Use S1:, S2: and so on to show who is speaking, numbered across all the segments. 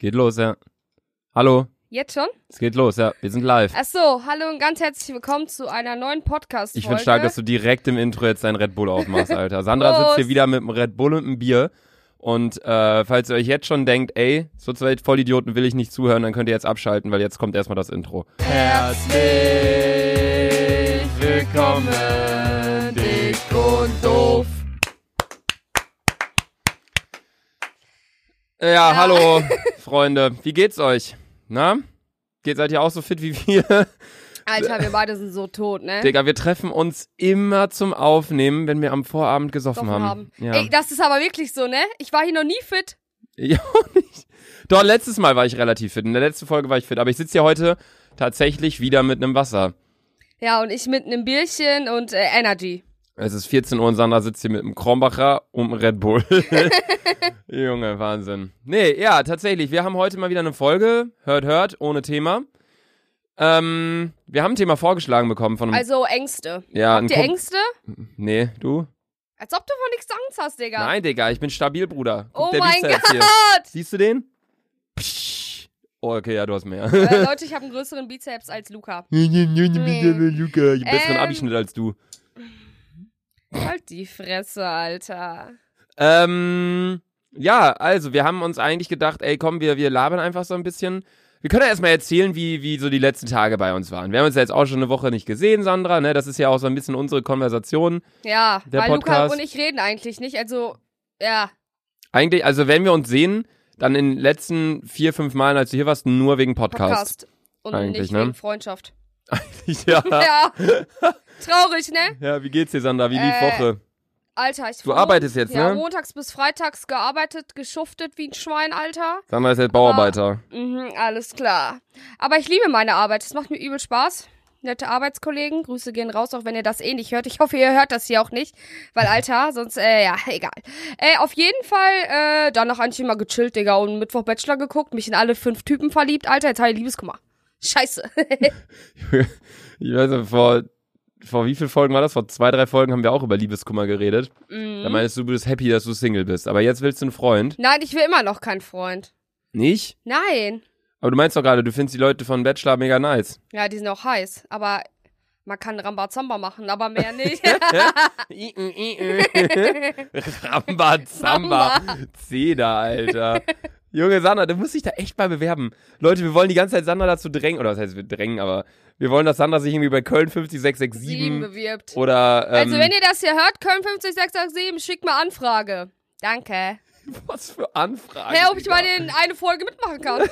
S1: Geht los, ja. Hallo,
S2: Jetzt schon?
S1: es geht los, ja. Wir sind live.
S2: Ach so, hallo und ganz herzlich willkommen zu einer neuen Podcast-Folge.
S1: Ich finde stark, dass du direkt im Intro jetzt dein Red Bull aufmachst, Alter. Sandra sitzt
S2: Prost.
S1: hier wieder mit einem Red Bull und einem Bier. Und äh, falls ihr euch jetzt schon denkt, ey, so zwei Vollidioten will ich nicht zuhören, dann könnt ihr jetzt abschalten, weil jetzt kommt erstmal das Intro. Herzlich
S2: Äh,
S1: willkommen, dick und doof. Äh, Ja, hallo, Freunde. Wie geht's euch? Na? Geht, seid ihr auch so fit wie wir?
S2: Ähm. Alter, wir beide sind so tot, ne?
S1: Digga, wir treffen uns immer zum Aufnehmen, wenn wir am Vorabend gesoffen
S2: Gesoffen
S1: haben.
S2: haben.
S1: Ja.
S2: Ey, das ist aber wirklich so, ne? Ich war hier noch nie fit.
S1: ja, auch nicht. Doch, letztes Mal war ich relativ fit. In der letzten Folge war ich fit. Aber ich sitze hier heute tatsächlich wieder mit einem Wasser.
S2: Ja, und ich mit einem Bierchen und äh, Energy.
S1: Es ist 14 Uhr und Sandra sitzt hier mit einem Kronbacher und einem Red Bull. Junge, Wahnsinn. Nee, ja, tatsächlich. Wir haben heute mal wieder eine Folge. Hört, hört, ohne Thema. Ähm, wir haben ein Thema vorgeschlagen bekommen von einem.
S2: Also Ängste.
S1: Hm. ja, ein
S2: Habt ihr
S1: Kump-
S2: Ängste?
S1: Nee, du?
S2: Als ob du von nichts Angst hast, Digga.
S1: Nein, Digga, ich bin stabil, Bruder. Guck,
S2: Oh
S1: der
S2: mein
S1: Bizeps Hier.
S2: Gott!
S1: Siehst du den? Psch. Oh, okay, ja, du hast mehr.
S2: Äh, Leute, ich habe einen größeren Bizeps als Luca.
S1: Luca, ich hab besseren
S2: Ähm.
S1: Abischnitt als du.
S2: Halt die Fresse, Alter.
S1: Ähm, ja, also, wir haben uns eigentlich gedacht, ey, komm, wir, wir labern einfach so ein bisschen. Wir können ja erstmal erzählen, wie, wie so die letzten Tage bei uns waren. Wir haben uns ja jetzt auch schon eine Woche nicht gesehen, Sandra, ne? Das ist ja auch so ein bisschen unsere Konversation.
S2: Ja,
S1: Der
S2: weil
S1: Podcast.
S2: Luca und ich reden eigentlich nicht. Also, ja.
S1: Eigentlich, also, wenn wir uns sehen, dann in den letzten vier, fünf Malen, als du hier warst, nur wegen Podcast.
S2: Podcast. Und
S1: Eigentlich,
S2: nicht
S1: ne?
S2: wegen Freundschaft.
S1: Ja.
S2: Ja. Traurig, ne?
S1: ja, wie geht's dir, Sandra? Wie lief
S2: Äh,
S1: Woche?
S2: Alter, ich
S1: Du arbeitest jetzt,
S2: ja,
S1: ne?
S2: montags bis freitags gearbeitet, geschuftet wie ein Schwein, Alter.
S1: Sandra ist jetzt Bauarbeiter.
S2: Mhm, alles klar. Aber ich liebe meine Arbeit. Es macht mir übel Spaß. Nette Arbeitskollegen, Grüße gehen raus, auch wenn ihr das eh nicht hört. Ich hoffe, ihr hört das hier auch nicht, weil Alter, sonst, äh, ja, egal. Äh, auf jeden Fall, äh, danach eigentlich immer gechillt, Digga, und Mittwoch Bachelor geguckt, mich in alle fünf Typen verliebt, Alter, jetzt habe ich Liebeskummer. Scheiße.
S1: Ich weiß nicht, vor, vor wie vielen Folgen war das? Vor zwei, drei Folgen haben wir auch über Liebeskummer geredet. Da
S2: mhm.
S1: meinst du, du bist happy, dass du Single bist. Aber jetzt willst du einen Freund.
S2: Nein, ich will immer noch keinen Freund.
S1: Nicht?
S2: Nein.
S1: Aber du meinst doch gerade, du findest die Leute von Bachelor mega nice.
S2: Ja, die sind auch heiß, aber man kann Rambazamba machen, aber mehr nicht. Ah.
S1: Rambazamba. Zeder, Alter. Junge, Sandra, du musst dich da echt mal bewerben. Leute, wir wollen die ganze Zeit Sandra dazu drängen. Oder was heißt, wir drängen, aber wir wollen, dass Sandra sich irgendwie bei Köln
S2: Sieben
S1: 50667
S2: bewirbt.
S1: oder. Ähm,
S2: also, wenn ihr das hier hört, Köln 50687, schickt mal Anfrage. Danke.
S1: was für Anfragen.
S2: Hey, ob ich
S1: Digga.
S2: mal in eine Folge mitmachen kann.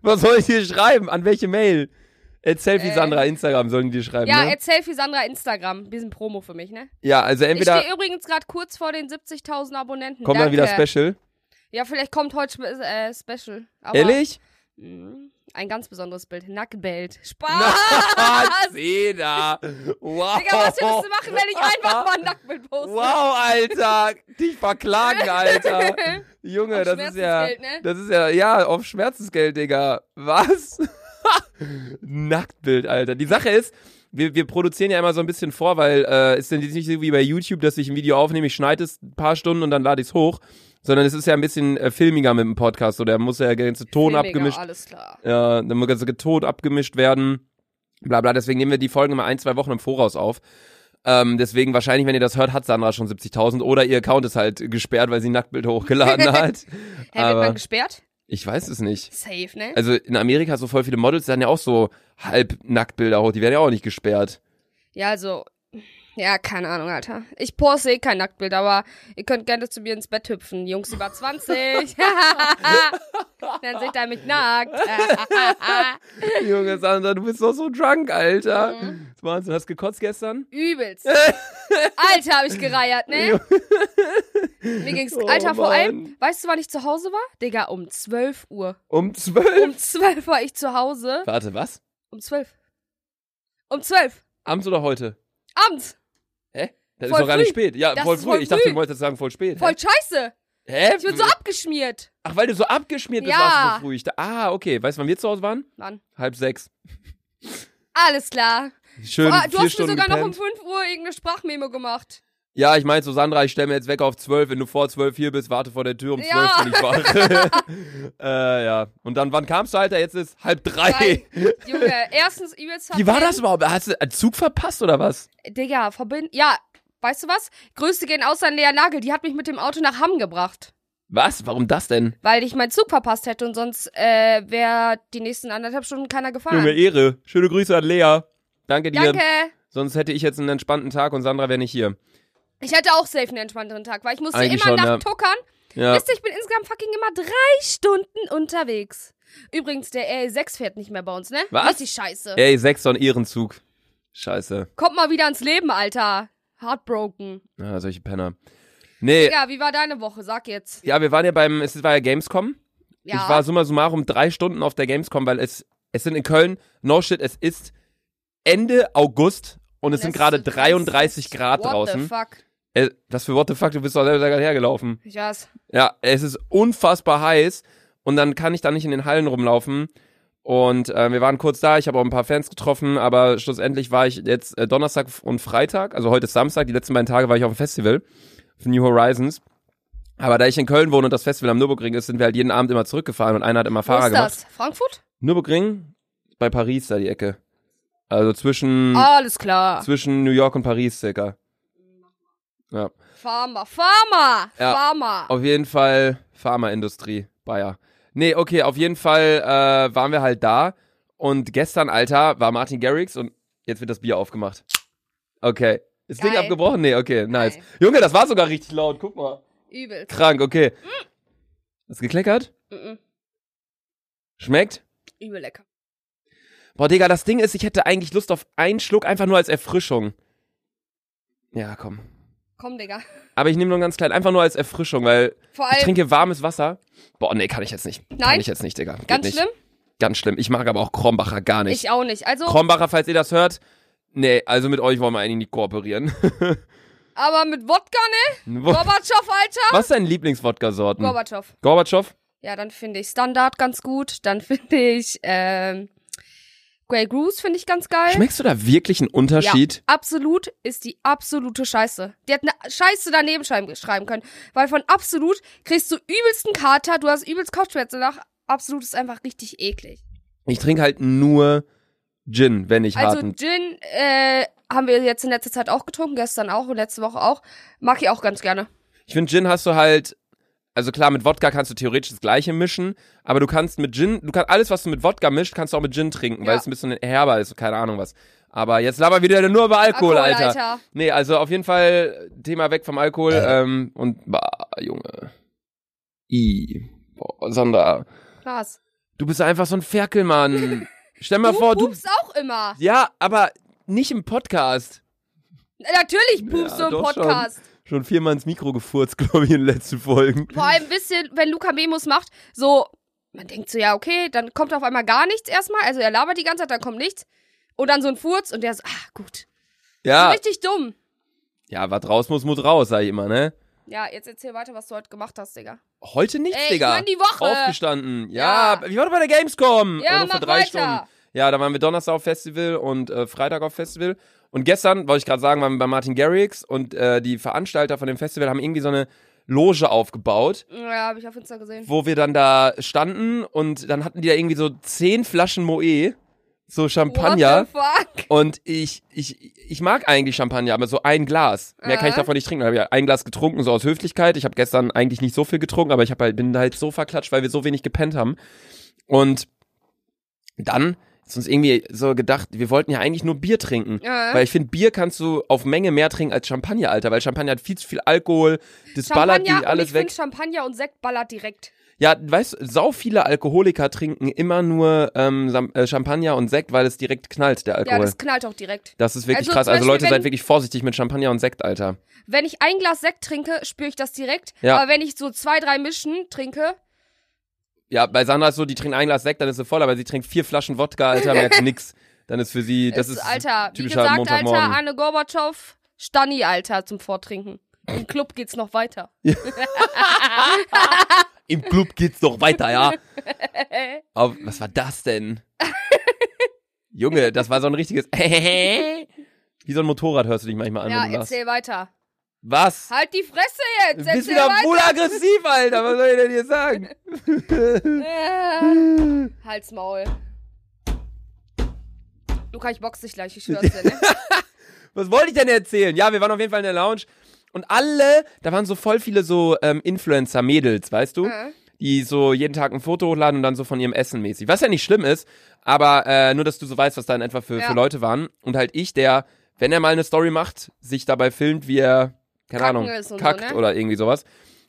S1: Was soll ich dir schreiben? An welche Mail? Erzähl wie
S2: Äh.
S1: Sandra Instagram sollen die dir schreiben,
S2: ja,
S1: ne?
S2: jetzt Selfie Sandra Instagram. Bisschen Promo für mich, ne?
S1: Ja, also entweder
S2: ich stehe übrigens gerade kurz vor den 70.000 Abonnenten.
S1: kommt dann
S2: Danke.
S1: wieder Special.
S2: Ja, vielleicht kommt heute Spe äh, Special. Aber,
S1: Ehrlich?
S2: Mh, Ein ganz besonderes Bild. Nacktbild. Spaß!
S1: Zeda. Wow.
S2: Digga, was würdest du ne? machen, wenn ich einfach mal ein Nacktbild poste?
S1: Wow, Alter. Dich verklagen, Alter. Junge,
S2: Auf
S1: das ist ja.
S2: Schmerzensgeld, ne?
S1: Das ist ja, ja, auf Schmerzensgeld, Digga. Was? Nacktbild, Alter. Die Sache ist, wir, wir produzieren ja immer so ein bisschen vor, weil äh, ist denn jetzt nicht so wie bei YouTube, dass ich ein Video aufnehme, ich schneide es ein paar Stunden und dann lade ich es hoch, sondern es ist ja ein bisschen äh, filmiger mit dem Podcast, so der muss ja der ganze Ton
S2: Mega,
S1: abgemischt
S2: Alles klar.
S1: Ja, Äh, dann muss ganze Tod abgemischt werden. Bla bla, deswegen nehmen wir die Folgen immer ein, zwei Wochen im Voraus auf. Ähm, deswegen wahrscheinlich, wenn ihr das hört, hat Sandra schon 70.000 oder ihr Account ist halt gesperrt, weil sie Nacktbilder hochgeladen hat.
S2: Hä, wird
S1: Aber-
S2: man gesperrt?
S1: Ich weiß es nicht.
S2: Safe, ne?
S1: Also in Amerika so voll viele Models, die haben ja auch so halb Nacktbilder hoch, die werden ja auch nicht gesperrt.
S2: Ja, also. Ja, keine Ahnung, Alter. Ich poste eh kein Nacktbild, aber ihr könnt gerne zu mir ins Bett hüpfen. Jungs über 20. Dann seht ihr mich nackt.
S1: Junge Sandra, du bist doch so drunk, Alter. Was meinst du, hast gekotzt gestern?
S2: Mhm. Übelst. Alter, hab ich gereiert, ne? Mir ging's.
S1: Oh,
S2: Alter, vor allem,
S1: Mann.
S2: weißt du, wann ich zu Hause war? Digga, um 12 Uhr.
S1: Um zwölf.
S2: Um 12 war ich zu Hause.
S1: Warte, was?
S2: Um 12. Um 12.
S1: Abends oder heute?
S2: Abends.
S1: Das
S2: Voll
S1: ist doch gar nicht
S2: früh.
S1: spät. Ja,
S2: Das
S1: voll
S2: ist
S1: früh.
S2: voll
S1: ich dachte,
S2: früh.
S1: du wolltest sagen voll spät.
S2: Voll scheiße.
S1: Hä?
S2: Ich bin so abgeschmiert.
S1: Ach, weil du so abgeschmiert bist,
S2: Ja.
S1: warst du so früh. Ich da, ah, okay. Weißt du, wann wir zu Hause waren?
S2: Mann.
S1: Halb sechs.
S2: Alles klar.
S1: Schön
S2: Ah, du
S1: vier
S2: hast
S1: Stunden
S2: mir sogar noch um
S1: gepennt.
S2: 5 Uhr irgendeine Sprachmemo gemacht.
S1: Ja, ich meine, so Sandra, ich stelle mir jetzt weg auf 12. Wenn du vor 12 hier bist, warte vor der Tür um 12
S2: Ja.
S1: bin ich wach. äh, ja. Und dann, wann kamst du, Alter? Jetzt ist halb drei.
S2: Nein, Junge, erstens übelst
S1: Wie war das
S2: verpennt.
S1: überhaupt? Hast du einen Zug verpasst oder was?
S2: Digga, verbinden. Ja, weißt du was? Grüße gehen aus an Lea Nagel. Die hat mich mit dem Auto nach Hamm gebracht.
S1: Was? Warum das denn?
S2: Weil ich meinen Zug verpasst hätte und sonst äh, wäre die nächsten anderthalb Stunden keiner gefahren.
S1: Junge Ehre. Schöne Grüße an Lea. Danke dir.
S2: Danke.
S1: Sonst hätte ich jetzt einen entspannten Tag und Sandra wäre nicht hier.
S2: Ich hatte auch safe einen entspannteren Tag, weil ich musste
S1: Eigentlich
S2: immer
S1: schon, ja.
S2: nacht tuckern.
S1: Ja.
S2: Wisst ihr, ich bin insgesamt fucking immer drei Stunden unterwegs. Übrigens, der RE6 fährt nicht mehr bei uns, ne?
S1: Was?
S2: Richtig scheiße.
S1: Ey, sechs und Ehrenzug. Scheiße.
S2: Kommt mal wieder ins Leben, Alter. Heartbroken.
S1: Ja, solche Penner. Nee.
S2: Ja, wie war deine Woche? Sag jetzt.
S1: Ja, wir waren ja beim, es war ja Gamescom.
S2: Ja.
S1: Ich war summa summarum drei Stunden auf der Gamescom, weil es, es sind in Köln, no shit, es ist Ende August und es sind gerade 33 Grad
S2: What
S1: draußen.
S2: The fuck?
S1: Äh, das für what the fuck, du bist doch selber gerade hergelaufen.
S2: Ich weiß.
S1: Ja, es ist unfassbar heiß und dann kann ich da nicht in den Hallen rumlaufen. Und äh, wir waren kurz da, ich habe auch ein paar Fans getroffen, aber schlussendlich war ich jetzt äh, Donnerstag und Freitag, also heute ist Samstag, die letzten beiden Tage war ich auf dem Festival für New Horizons. Aber da ich in Köln wohne und das Festival am Nürburgring ist, sind wir halt jeden Abend immer zurückgefahren und einer hat immer
S2: Wo
S1: Fahrer
S2: ist
S1: gemacht.
S2: das? Frankfurt?
S1: Nürburgring bei Paris da die Ecke. Also zwischen
S2: Alles klar.
S1: zwischen New York und Paris circa.
S2: Pharma, Pharma,
S1: Ja.
S2: Pharma.
S1: Auf jeden Fall Pharmaindustrie, Bayer. Nee, okay, auf jeden Fall äh, waren wir halt da. Und gestern, Alter, war Martin Garrix und jetzt wird das Bier aufgemacht. Okay. Ist Ding
S2: Geil.
S1: abgebrochen? Nee, okay, nice.
S2: Geil.
S1: Junge, das war sogar richtig laut. Guck mal.
S2: Übel.
S1: Krank, okay. Hast gekleckert?
S2: Mhm.
S1: Schmeckt?
S2: Übel lecker.
S1: Boah, Digga, das Ding ist, ich hätte eigentlich Lust auf einen Schluck einfach nur als Erfrischung. Ja, komm.
S2: Komm, Digga.
S1: Aber ich nehme nur einen ganz kleinen, einfach nur als Erfrischung, weil
S2: Vor
S1: ich
S2: allem,
S1: trinke warmes Wasser. Boah, nee, kann ich jetzt nicht. Kann
S2: Nein?
S1: ich jetzt nicht, Digga. Geht
S2: ganz
S1: nicht.
S2: schlimm?
S1: Ganz schlimm. Ich mag aber auch Krombacher gar nicht.
S2: Ich auch nicht. Also,
S1: Krombacher, falls ihr das hört, nee, also mit euch wollen wir eigentlich nicht kooperieren.
S2: aber mit Wodka, ne?
S1: Wo-
S2: Gorbatschow, Alter.
S1: Was ist dein Lieblingswodka-Sorten?
S2: Gorbatschow.
S1: Gorbatschow?
S2: Ja, dann finde ich Standard ganz gut. Dann finde ich, ähm, Grey Goose finde ich ganz geil.
S1: Schmeckst du da wirklich einen Unterschied?
S2: Äh. Ja, absolut ist die absolute Scheiße. Die hat eine Scheiße daneben schreiben schreiben können. Weil von absolut kriegst du übelsten Kater, du hast übelst Kopfschmerzen nach. Absolut ist einfach richtig eklig.
S1: Ich trinke halt nur Gin, wenn ich
S2: Also
S1: harten.
S2: Gin äh, haben wir jetzt in letzter Zeit auch getrunken, gestern auch und letzte Woche auch. Mag ich auch ganz gerne.
S1: Ich finde, Gin hast du halt. Also klar, mit Wodka kannst du theoretisch das gleiche mischen, aber du kannst mit Gin, du kannst alles, was du mit Wodka mischt, kannst du auch mit Gin trinken, weil
S2: Ja.
S1: es ein bisschen herber ist, keine Ahnung was. Aber jetzt laber wieder nur über Alkohol, Alter. Nee, also auf jeden Fall Thema weg vom Alkohol ähm, und bah, Junge. I. Boah, Sandra,
S2: Was?
S1: du bist einfach so ein Ferkel, Mann. Stell mal
S2: du
S1: vor, du
S2: pupst auch immer.
S1: Ja, aber nicht im Podcast.
S2: Natürlich pupst
S1: Ja,
S2: du im
S1: doch schon.
S2: Podcast.
S1: Schon viermal ins Mikro gefurzt, glaube ich, in den letzten Folgen.
S2: Vor allem ein bisschen, wenn Luca Memos macht, so, man denkt so, ja, okay, dann kommt auf einmal gar nichts erstmal. Also er labert die ganze Zeit, dann kommt nichts. Und dann so ein Furz und der so, ah, gut. So
S1: Ja,
S2: richtig dumm.
S1: ja, was raus muss, muss raus, sag ich immer, ne?
S2: Ja, jetzt erzähl weiter, was du heute gemacht hast, Digga.
S1: Heute nichts,
S2: Ey, ich
S1: Digga.
S2: mein die Woche.
S1: Aufgestanden. Ja,
S2: Ja.
S1: wie war doch bei der Gamescom?
S2: Ja,
S1: nur
S2: mach
S1: für drei
S2: weiter.
S1: Stunden. Ja, da waren wir Donnerstag auf Festival und äh, Freitag auf Festival. Und gestern, wollte ich gerade sagen, waren wir bei Martin Garrix und äh, die Veranstalter von dem Festival haben irgendwie so eine Loge aufgebaut,
S2: Ja, hab ich auf Insta gesehen.
S1: wo wir dann da standen und dann hatten die da irgendwie so zehn Flaschen Moe, so Champagner.
S2: What the fuck?
S1: Und ich, ich, ich mag eigentlich Champagner, aber so ein Glas. Mehr kann ich
S2: Aha.
S1: davon nicht trinken. Dann habe ich halt ein Glas getrunken, so aus Höflichkeit. Ich habe gestern eigentlich nicht so viel getrunken, aber ich hab halt, bin halt so verklatscht, weil wir so wenig gepennt haben. Und dann ist uns irgendwie so gedacht, wir wollten ja eigentlich nur Bier trinken.
S2: Ja.
S1: Weil ich finde, Bier kannst du auf Menge mehr trinken als Champagner, Alter. Weil Champagner hat viel zu viel Alkohol, das ballert die
S2: Champagner und
S1: alles
S2: ich
S1: weg.
S2: finde Champagner und Sekt ballert direkt.
S1: Ja, weißt du, sau viele Alkoholiker trinken immer nur ähm, Sam- äh, Champagner und Sekt, weil es direkt knallt, der
S2: Ja,
S1: Alkohol.
S2: das knallt auch direkt.
S1: Das ist wirklich
S2: Also
S1: krass.
S2: zum
S1: Also Leute,
S2: Beispiel,
S1: seid
S2: wenn-
S1: wirklich vorsichtig mit Champagner und Sekt, Alter.
S2: Wenn ich ein Glas Sekt trinke, spüre ich das direkt.
S1: Ja.
S2: Aber wenn ich so zwei, drei Mischen trinke,
S1: Ja, bei Sandra ist so, die trinkt ein Glas Sekt, dann ist sie voll, aber sie trinkt vier Flaschen Wodka, Alter, merkt nix. Dann ist für sie, das ist,
S2: Alter, wie
S1: typischer
S2: gesagt,
S1: Montagmorgen.
S2: Alter, Anne Gorbatschow, Stani, Alter, zum Vortrinken. Im Club geht's noch weiter.
S1: im Club geht's doch weiter, ja. Auf, was war das denn? Junge, das war so ein richtiges wie so ein Motorrad hörst du dich manchmal an,
S2: ja,
S1: wenn du lachst.
S2: erzähl weiter.
S1: Was?
S2: Halt die Fresse jetzt!
S1: Bist du
S2: erzähl
S1: da
S2: weiter.
S1: wohl aggressiv, Alter? Was soll ich denn dir sagen?
S2: Äh, Halt's Maul. Luca, ich box dich gleich, ich schwör's dir, ne?
S1: Was wollte ich denn erzählen? Ja, wir waren auf jeden Fall in der Lounge. Und alle, da waren so voll viele so ähm, Influencer-Mädels, weißt du?
S2: Mhm.
S1: Die so jeden Tag ein Foto hochladen und dann so von ihrem Essen mäßig. Was ja nicht schlimm ist, aber äh, nur, dass du so weißt, was da in etwa für,
S2: Ja.
S1: für Leute waren. Und halt ich, der, wenn er mal eine Story macht, sich dabei filmt, wie er, keine
S2: Kacken
S1: Ahnung,
S2: ist und so,
S1: kackt
S2: ne?
S1: oder irgendwie sowas.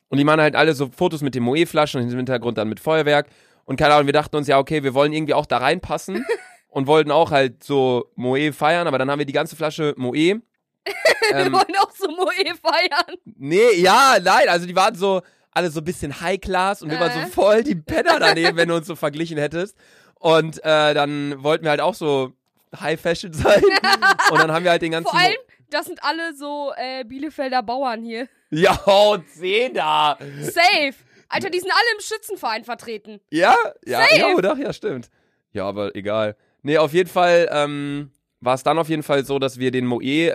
S1: Und die machen halt alle so Fotos mit den Moe-Flaschen und im Hintergrund dann mit Feuerwerk. Und keine Ahnung, wir dachten uns, ja, okay, wir wollen irgendwie auch da reinpassen und wollten auch halt so Moe feiern, aber dann haben wir die ganze Flasche Moe.
S2: Wir
S1: Ähm,
S2: wollen auch so Moe feiern.
S1: nee, ja, nein, also die waren so alle so ein bisschen High Class und wir waren
S2: Äh.
S1: so voll die Penner daneben, wenn du uns so verglichen hättest. Und äh, dann wollten wir halt auch so High Fashion sein. und dann haben wir halt den ganzen.
S2: Vor allem, das sind alle so äh, Bielefelder Bauern hier.
S1: Ja, oh, zeh da.
S2: Safe! Alter, die sind alle im Schützenverein vertreten.
S1: Ja, ja,
S2: Safe.
S1: ja, doch, ja, stimmt. Ja, aber egal. Nee, auf jeden Fall ähm, war es dann auf jeden Fall so, dass wir den Moe, äh,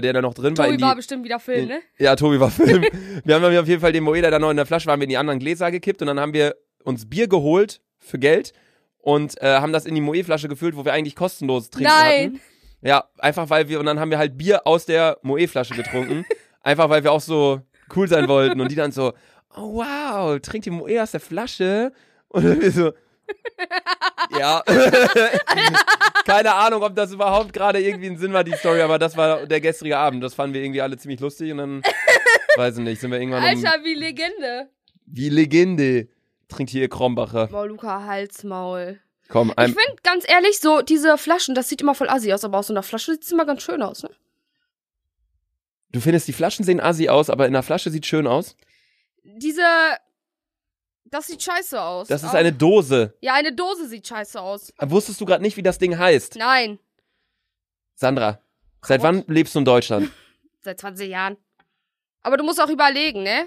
S1: der da noch drin war, in
S2: Tobi
S1: die,
S2: war bestimmt wieder Film,
S1: in-
S2: ne?
S1: Ja, Tobi war Film. wir haben dann auf jeden Fall den Moe, der da noch in der Flasche war, haben wir in die anderen Gläser gekippt und dann haben wir uns Bier geholt für Geld und äh, haben das in die Moe-Flasche gefüllt, wo wir eigentlich kostenlos trinken
S2: Nein!
S1: hatten. Ja, einfach weil wir, und dann haben wir halt Bier aus der Moe-Flasche getrunken. einfach weil wir auch so cool sein wollten und die dann so, oh wow, trinkt die Moe aus der Flasche? Und dann wir so, ja. Keine Ahnung, ob das überhaupt gerade irgendwie einen Sinn war, die Story, aber das war der gestrige Abend. Das fanden wir irgendwie alle ziemlich lustig und dann, weiß ich nicht, sind wir irgendwann um,
S2: Alter, wie Legende.
S1: wie Legende. Trinkt hier ihr Krombacher.
S2: Boah, Luca, Halsmaul.
S1: Komm,
S2: Ich
S1: ein,
S2: finde, ganz ehrlich, so diese Flaschen, das sieht immer voll assi aus, aber aus so einer Flasche sieht es immer ganz schön aus, ne?
S1: du findest, die Flaschen sehen assi aus, aber in der Flasche sieht schön aus.
S2: Diese. Das sieht scheiße aus.
S1: Das ist
S2: Aber-
S1: eine Dose.
S2: Ja, eine Dose sieht scheiße aus.
S1: Wusstest du gerade nicht, wie das Ding heißt?
S2: Nein,
S1: Sandra, seit wann lebst du in Deutschland?
S2: seit 20 Jahren. Aber du musst auch überlegen, ne?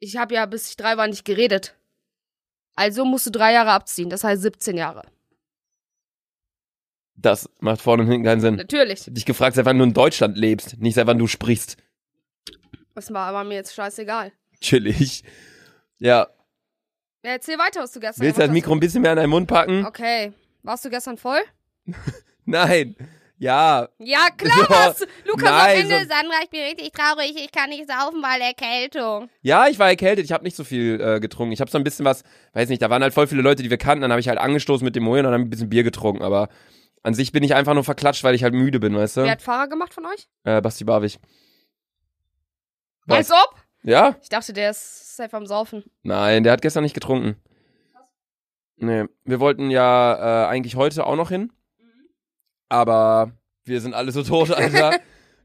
S2: Ich habe ja bis ich drei war nicht geredet. Also musst du drei Jahre abziehen, das heißt 17 Jahre.
S1: Das macht vorne und hinten keinen Sinn. Ich
S2: Natürlich.
S1: hab dich gefragt, seit wann du in Deutschland lebst, nicht seit wann du sprichst.
S2: Das war aber mir jetzt scheißegal.
S1: Chillig. Ja,
S2: Ja, erzähl weiter, was du gestern
S1: Willst du das
S2: gemacht
S1: Mikro ein bisschen mehr an deinen Mund packen?
S2: hast. Okay. Warst du gestern voll?
S1: Nein. Ja.
S2: Ja, klar
S1: Ja,
S2: warst du. Lukas am
S1: nein,
S2: Ende,
S1: so-
S2: Sandra, ich bin richtig traurig, ich kann nicht saufen, weil Erkältung.
S1: Ja, ich war erkältet, ich habe nicht so viel äh, getrunken. Ich habe so ein bisschen was, weiß nicht, da waren halt voll viele Leute, die wir kannten, dann habe ich halt angestoßen mit dem Moe und dann hab ich ein bisschen Bier getrunken, aber an sich bin ich einfach nur verklatscht, weil ich halt müde bin, weißt du?
S2: Wer hat Fahrer gemacht von euch?
S1: Äh, Basti Barwig. Was?
S2: Als ob?
S1: Ja?
S2: Ich dachte, der ist safe am Saufen.
S1: Nein, der hat gestern nicht getrunken. Nee, wir wollten ja äh, eigentlich heute auch noch hin, aber wir sind alle so tot, Alter.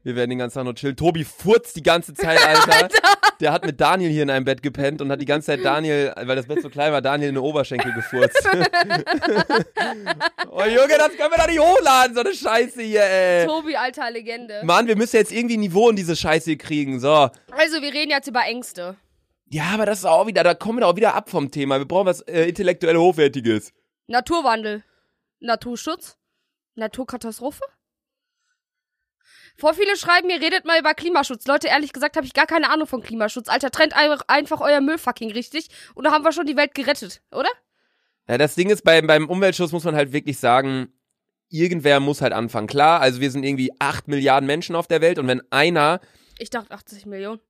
S1: wir werden den ganzen Tag nur chillen. Tobi furzt die ganze Zeit, Alter. Der hat mit Daniel hier in einem Bett gepennt und hat die ganze Zeit Daniel, weil das Bett so klein war, Daniel in den Oberschenkel gefurzt. oh Junge, das können wir doch nicht hochladen, so eine Scheiße hier, ey.
S2: Tobi, alter Legende.
S1: Mann, wir müssen jetzt irgendwie ein Niveau in diese Scheiße hier kriegen, so.
S2: Also, wir reden jetzt über Ängste.
S1: Ja, aber das ist auch wieder, da kommen wir auch wieder ab vom Thema. Wir brauchen was äh, intellektuell Hochwertiges.
S2: Naturwandel. Naturschutz. Naturkatastrophe. Vor viele schreiben, ihr redet mal über Klimaschutz. Leute, ehrlich gesagt habe ich gar keine Ahnung von Klimaschutz. Alter, trennt einfach- einfach euer Müll fucking richtig. Und da haben wir schon die Welt gerettet, oder?
S1: Ja, das Ding ist, beim, beim Umweltschutz muss man halt wirklich sagen, irgendwer muss halt anfangen. Klar, also wir sind irgendwie 8 Milliarden Menschen auf der Welt und wenn einer,
S2: Ich dachte 80 Millionen.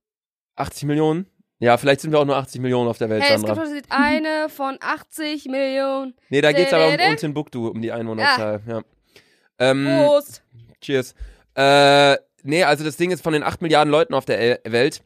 S1: 80 Millionen, ja, vielleicht sind wir auch nur 80 Millionen auf der Welt,
S2: Hey, es
S1: Sandra.
S2: gibt heute eine von 80 Millionen.
S1: Nee, da geht's aber um,
S2: Dä-dä-dä.
S1: um Timbuktu, um die Einwohnerzahl. Ja. Ähm,
S2: Prost.
S1: Cheers. Äh, nee, also das Ding ist, von den 8 Milliarden Leuten auf der El Welt,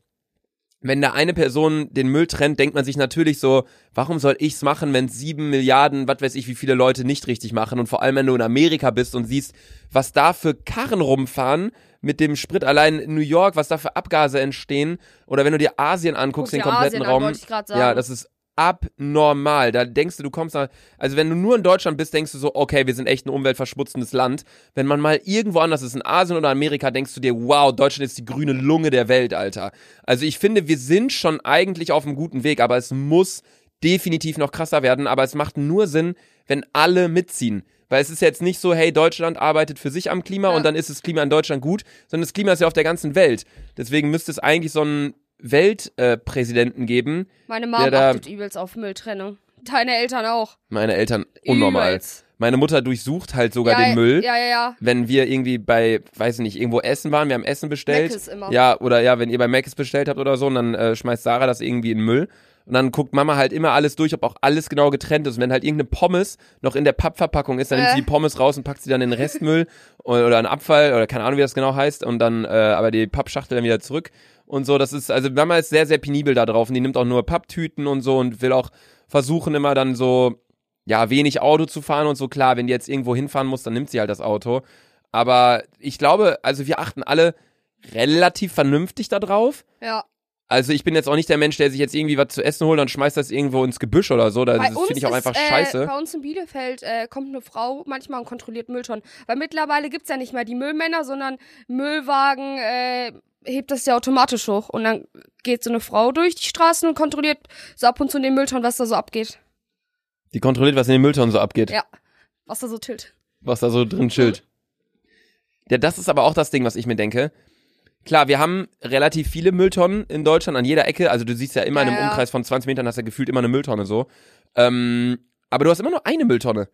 S1: wenn da eine Person den Müll trennt, denkt man sich natürlich so, warum soll ich's machen, wenn 7 Milliarden, was weiß ich, wie viele Leute nicht richtig machen. Und vor allem, wenn du in Amerika bist und siehst, was da für Karren rumfahren mit dem Sprit allein in New York, was da für Abgase entstehen. Oder wenn du dir Asien anguckst, den
S2: dir
S1: kompletten
S2: Asien an,
S1: Raum.
S2: wollte ich grad sagen.
S1: Ja, das ist abnormal. Da denkst du, du kommst nach. Also, wenn du nur in Deutschland bist, denkst du so, okay, wir sind echt ein umweltverschmutzendes Land. Wenn man mal irgendwo anders ist, in Asien oder Amerika, denkst du dir, wow, Deutschland ist die grüne Lunge der Welt, Alter. Also, ich finde, wir sind schon eigentlich auf einem guten Weg, aber es muss definitiv noch krasser werden. Aber es macht nur Sinn, wenn alle mitziehen. Weil es ist jetzt nicht so, hey, Deutschland arbeitet für sich am Klima
S2: Ja.
S1: und dann ist das Klima in Deutschland gut, sondern das Klima ist ja auf der ganzen Welt. Deswegen müsste es eigentlich so einen Weltpräsidenten äh, Präsidenten geben.
S2: Meine Mama
S1: Der da-
S2: achtet übelst auf Mülltrennung. Deine Eltern auch.
S1: Meine Eltern unnormal.
S2: Übelst.
S1: Meine Mutter durchsucht halt sogar
S2: ja,
S1: den Müll.
S2: Ja, ja, ja.
S1: Wenn wir irgendwie bei, weiß ich nicht, irgendwo essen waren, wir haben Essen bestellt.
S2: Mc's immer.
S1: Ja, oder ja, wenn ihr bei Mc's bestellt habt oder so, und dann äh, schmeißt Sarah das irgendwie in den Müll. Und dann guckt Mama halt immer alles durch, ob auch alles genau getrennt ist. Und wenn halt irgendeine Pommes noch in der Pappverpackung ist, dann nimmt
S2: Äh.
S1: sie die Pommes raus und packt sie dann in den Restmüll oder, oder einen Abfall oder keine Ahnung, wie das genau heißt. Und dann äh, aber die Pappschachtel dann wieder zurück und so. Das ist, also Mama ist sehr, sehr penibel da drauf. Und die nimmt auch nur Papptüten und so und will auch versuchen immer dann so, ja, wenig Auto zu fahren und so. Klar, wenn die jetzt irgendwo hinfahren muss, dann nimmt sie halt das Auto. Aber ich glaube, also wir achten alle relativ vernünftig da drauf.
S2: ja.
S1: Also ich bin jetzt auch nicht der Mensch, der sich jetzt irgendwie was zu essen holt und schmeißt das irgendwo ins Gebüsch oder so. Das
S2: Bei
S1: das
S2: uns
S1: finde ich auch
S2: ist,
S1: einfach
S2: äh,
S1: scheiße.
S2: Bei uns in Bielefeld äh, kommt eine Frau manchmal und kontrolliert Mülltonnen. Weil mittlerweile gibt's ja nicht mehr die Müllmänner, sondern Müllwagen äh, hebt das ja automatisch hoch. Und dann geht so eine Frau durch die Straßen und kontrolliert so ab und zu in den Mülltonnen, was da so abgeht.
S1: Die kontrolliert, was in den Mülltonnen so abgeht,
S2: Ja. Was da so tilt.
S1: was da so drin chillt. Ja, das ist aber auch das Ding, was ich mir denke. Klar, wir haben relativ viele Mülltonnen in Deutschland an jeder Ecke. Also du siehst ja immer in
S2: Ja,
S1: einem
S2: ja.
S1: Umkreis von 20 Metern hast du ja gefühlt immer eine Mülltonne so. Ähm, aber du hast immer nur eine Mülltonne.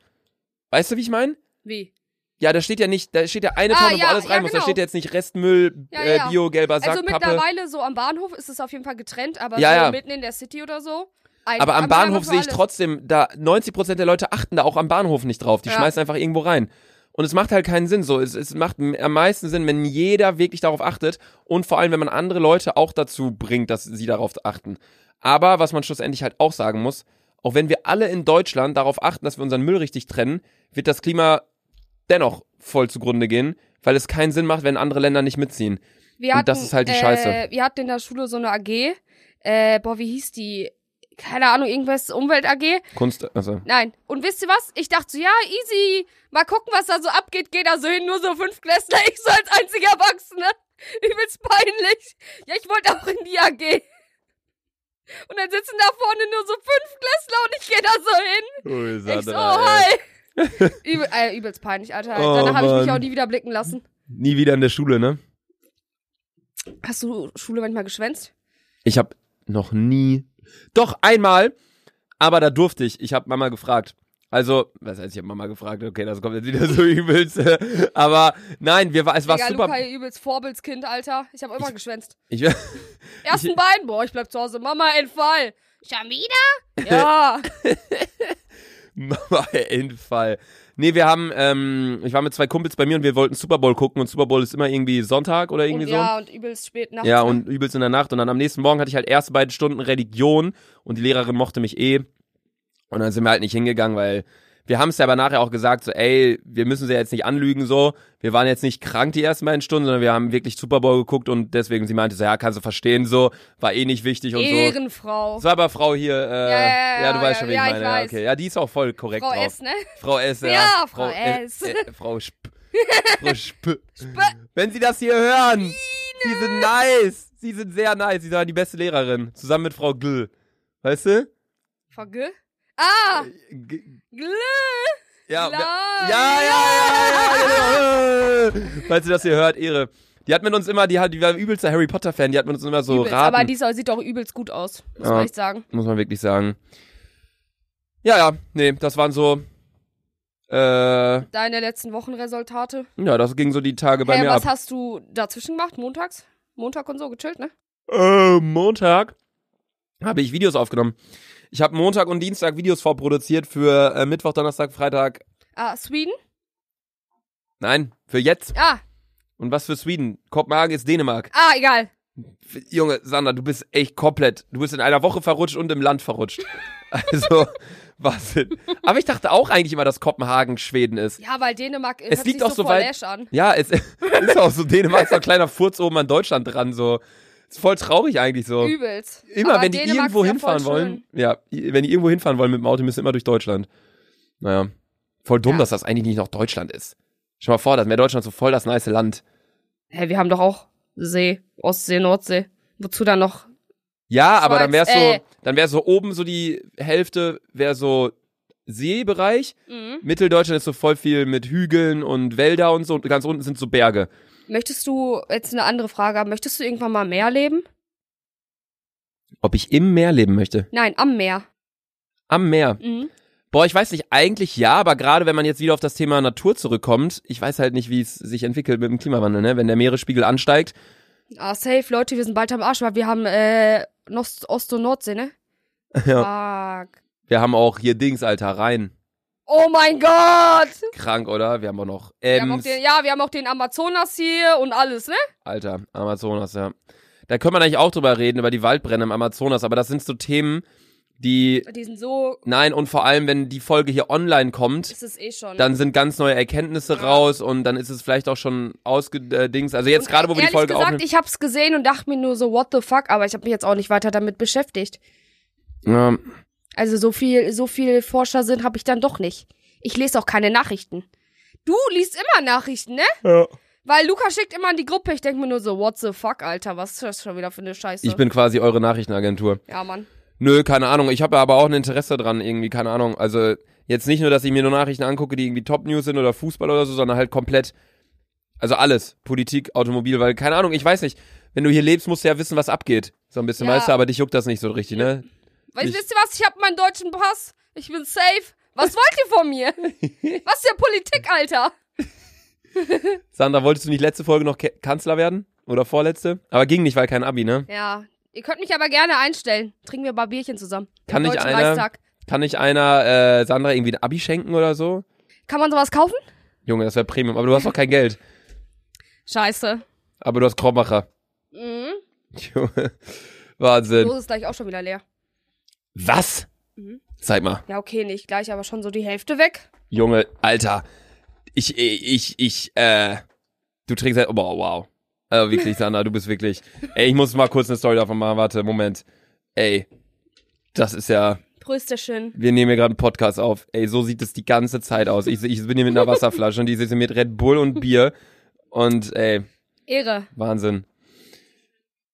S1: Weißt du, wie ich meine?
S2: Wie?
S1: Ja, da steht ja nicht, da steht ja eine
S2: Ah,
S1: Tonne, wo
S2: ja,
S1: alles
S2: ja,
S1: rein muss. Da
S2: genau.
S1: steht ja jetzt nicht Restmüll,
S2: Ja,
S1: äh,
S2: ja.
S1: Bio, gelber Sack,
S2: also
S1: Pappe.
S2: mittlerweile so am Bahnhof ist es auf jeden Fall getrennt, aber
S1: Ja,
S2: so
S1: ja.
S2: mitten in der City oder so. ein-
S1: Aber am Bahnhof
S2: für
S1: sehe ich
S2: alles.
S1: trotzdem, da 90% der Leute achten da auch am Bahnhof nicht drauf. Die
S2: Ja.
S1: schmeißen einfach irgendwo rein. Und es macht halt keinen Sinn so. Es, es macht m- am meisten Sinn, wenn jeder wirklich darauf achtet und vor allem, wenn man andere Leute auch dazu bringt, dass sie darauf achten. Aber was man schlussendlich halt auch sagen muss, auch wenn wir alle in Deutschland darauf achten, dass wir unseren Müll richtig trennen, wird das Klima dennoch voll zugrunde gehen, weil es keinen Sinn macht, wenn andere Länder nicht mitziehen.
S2: Wir
S1: Und das ist halt die Scheiße.
S2: Äh, wir hatten in der Schule so eine AG. Äh, boah, wie hieß die? Keine Ahnung, irgendwas Umwelt AG.
S1: Kunst, also.
S2: Nein. Und wisst ihr was? Ich dachte so, ja, easy. Mal gucken, was da so abgeht. Geh da so hin, nur so fünf Klässler. Ich so als einziger Erwachsener. Übelst peinlich. Ja, ich wollte auch in die AG. Und dann sitzen da vorne nur so fünf Klässler und ich gehe da so hin. Ich so, oh, hi. Übel, äh, übelst peinlich, Alter.
S1: Oh,
S2: Danach habe ich mich
S1: Mann.
S2: auch nie wieder blicken lassen.
S1: Nie wieder in der Schule, ne?
S2: Hast du Schule manchmal geschwänzt?
S1: Ich habe noch nie. Doch einmal, aber da durfte ich. Ich habe Mama gefragt. Also, was heißt, ich habe Mama gefragt? Okay, das kommt jetzt wieder so übelst. Aber nein, wir war, es war
S2: Digga,
S1: super.
S2: Luca, ihr übelst Vorbildskind, Alter. Ich habe immer geschwänzt.
S1: Ich,
S2: Ersten Bein, boah, ich bleib zu Hause. Mama, entfall. Schon wieder? Ja.
S1: Mama, Endfall. Nee, wir haben, ähm, ich war mit zwei Kumpels bei mir und wir wollten Super Bowl gucken und Super Bowl ist immer irgendwie Sonntag oder irgendwie
S2: und,
S1: so.
S2: Ja, und übelst spät nachts.
S1: Ja,
S2: ne?
S1: und übelst in der Nacht. Und dann am nächsten Morgen hatte ich halt erste beiden Stunden Religion und die Lehrerin mochte mich eh. Und dann sind wir halt nicht hingegangen, weil wir haben es ja aber nachher auch gesagt, so, ey, wir müssen sie jetzt nicht anlügen, so. Wir waren jetzt nicht krank die ersten beiden Stunden, sondern wir haben wirklich Super Bowl geguckt und deswegen, sie meinte so, ja, kannst du verstehen, so, war eh nicht wichtig und so.
S2: Ehrenfrau.
S1: Das war aber Frau hier, äh, ja,
S2: genau. ja, ja,
S1: du
S2: ja,
S1: weißt schon, wie
S2: ja,
S1: ich
S2: ich
S1: meine. Ja,
S2: weiß.
S1: okay. ja, die ist auch voll korrekt
S2: Frau
S1: drauf.
S2: S, ne?
S1: Frau S, ja.
S2: Ja, Frau S.
S1: Äh, äh, Frau Sp. Frau Sp. Wenn Sie das hier hören, Sie sind nice. Sie sind sehr nice. Sie waren die beste Lehrerin. Zusammen mit Frau Gl. Weißt du?
S2: Frau G? Ah!
S1: G
S2: Gl
S1: ja,
S2: Gl
S1: wer- ja, ja, ja, ja, ja, ja, ja. Falls ihr das hier hört, Ehre. Die hat mit uns immer, die, hat, die war übelster Harry Potter Fan, die hat mit uns immer so
S2: übelst.
S1: raten.
S2: Aber die soll- sieht doch übelst gut aus. Muss
S1: Ja.
S2: man echt sagen.
S1: muss man wirklich sagen. Ja, ja, nee, das waren so, äh,
S2: Deine letzten Wochenresultate.
S1: ja, das ging so die Tage bei
S2: hey,
S1: mir ab.
S2: was hast du dazwischen gemacht? Montags? Montag und so gechillt, ne?
S1: äh, Montag habe ich Videos aufgenommen. Ich habe Montag und Dienstag Videos vorproduziert für äh, Mittwoch, Donnerstag, Freitag.
S2: Ah, Sweden?
S1: Nein, für jetzt.
S2: Ah,
S1: Und was für Sweden? Kopenhagen ist Dänemark.
S2: ah, egal.
S1: F- Junge, Sander, du bist echt komplett. Du bist in einer Woche verrutscht und im Land verrutscht. Also, was denn? Aber ich dachte auch eigentlich immer, dass Kopenhagen Schweden ist.
S2: Ja, weil Dänemark äh,
S1: Es
S2: hört
S1: liegt
S2: sich
S1: auch
S2: so
S1: so
S2: voll
S1: weit-
S2: Lash an.
S1: Ja, es ist auch so. Dänemark ist so ein kleiner Furz oben an Deutschland dran. So. Ist voll traurig eigentlich so.
S2: Übelst.
S1: Immer,
S2: Aber
S1: wenn die
S2: Dänemark
S1: irgendwo
S2: ist ja
S1: hinfahren
S2: voll
S1: wollen, ja, i- wenn die irgendwo hinfahren wollen mit dem Auto, müssen sie immer durch Deutschland. Naja, voll dumm,
S2: Ja.
S1: dass das eigentlich nicht noch Deutschland ist. Stell mal vor, das wäre Deutschland so voll das nice Land.
S2: Hä, wir haben doch auch See, Ostsee, Nordsee. Wozu dann noch?
S1: Ja, aber
S2: Schweiz,
S1: dann wär's so,
S2: äh.
S1: dann wär's so oben so die Hälfte, wäre so Seebereich.
S2: Mhm.
S1: Mitteldeutschland ist so voll viel mit Hügeln und Wälder und so. Und ganz unten sind so Berge.
S2: Möchtest du, jetzt eine andere Frage, aber möchtest du irgendwann mal am Meer leben?
S1: Ob ich im Meer leben möchte?
S2: Nein, am Meer.
S1: Am Meer.
S2: Mhm.
S1: Boah, ich weiß nicht, eigentlich ja, aber gerade wenn man jetzt wieder auf das Thema Natur zurückkommt, ich weiß halt nicht, wie es sich entwickelt mit dem Klimawandel, ne? Wenn der Meeresspiegel ansteigt.
S2: Ah, safe, Leute, wir sind bald am Arsch, weil wir haben äh, Nost, Ost- und Nordsee, ne? Ja. Fuck.
S1: Wir haben auch hier Dings, Alter, Rhein.
S2: Oh mein Gott!
S1: Krank, oder? Wir haben auch noch
S2: Wir haben auch
S1: Ems.
S2: den, ja, wir haben auch den Amazonas hier und alles, ne?
S1: Alter, Amazonas, ja. Da können wir eigentlich auch drüber reden, über die Waldbrände im Amazonas, aber das sind so Themen, die.
S2: Die sind so,
S1: Nein, und vor allem, wenn die Folge hier online kommt,
S2: ist es eh schon.
S1: dann sind ganz neue Erkenntnisse
S2: Ja.
S1: raus und dann ist es vielleicht auch schon ausgedings. Also jetzt
S2: Und
S1: gerade, wo wir die
S2: ehrlich
S1: Folge
S2: gesagt,
S1: aufnehmen.
S2: ich hab's gesehen und dachte mir nur so, what the fuck, aber ich habe mich jetzt auch nicht weiter damit beschäftigt.
S1: Ja,
S2: Also so viel, so viel Forschersinn habe ich dann doch nicht. Ich lese auch keine Nachrichten. Du liest immer Nachrichten, ne?
S1: Ja.
S2: Weil Luca schickt immer in die Gruppe. Ich denk mir nur so, what the fuck, Alter, was ist das schon wieder für eine Scheiße?
S1: ich bin quasi eure Nachrichtenagentur.
S2: ja, Mann.
S1: Nö, keine Ahnung. Ich habe aber auch ein Interesse dran, irgendwie, keine Ahnung. Also jetzt nicht nur, dass ich mir nur Nachrichten angucke, die irgendwie Top News sind oder Fußball oder so, sondern halt komplett, also alles. Politik, Automobil, weil, keine Ahnung, ich weiß nicht. Wenn du hier lebst, musst du ja wissen, was abgeht. So ein bisschen,
S2: Ja.
S1: weißt du, aber dich juckt das nicht so richtig, ne?
S2: Weißt,
S1: Ich-
S2: wisst ihr was? Ich hab meinen deutschen Pass. Ich bin safe. Was wollt ihr von mir? was ist ja Politik, Alter?
S1: Sandra, wolltest du nicht letzte Folge noch Ke Kanzler werden? Oder vorletzte? Aber ging nicht, weil kein Abi, ne?
S2: Ja. Ihr könnt mich aber gerne einstellen. Trinken wir ein paar Bierchen zusammen. Im
S1: Kann nicht
S2: Deutschen
S1: einer-
S2: Reichstag.
S1: Kann nicht einer äh, Sandra irgendwie ein Abi schenken oder so?
S2: Kann man sowas kaufen?
S1: Junge, das wäre Premium. Aber du hast doch kein Geld.
S2: Scheiße.
S1: Aber du hast Krombacher.
S2: Mhm.
S1: Junge. Wahnsinn.
S2: Dose ist gleich auch schon wieder leer.
S1: Was?
S2: Mhm.
S1: Zeig mal.
S2: Ja, okay, nicht gleich, aber schon so die Hälfte weg.
S1: Junge, Alter. Ich, ich, ich, äh. Du trinkst halt. Wow, wow. Also wirklich, Sandra, du bist wirklich. Ey, ich muss mal kurz eine Story davon machen. Warte, Moment. Ey. Das ist ja.
S2: Prösterchen.
S1: Wir nehmen hier gerade einen Podcast auf. Ey, so sieht es die ganze Zeit aus. Ich, ich bin hier mit einer Wasserflasche und die sitze mit Red Bull und Bier. Und ey.
S2: Ehre.
S1: Wahnsinn.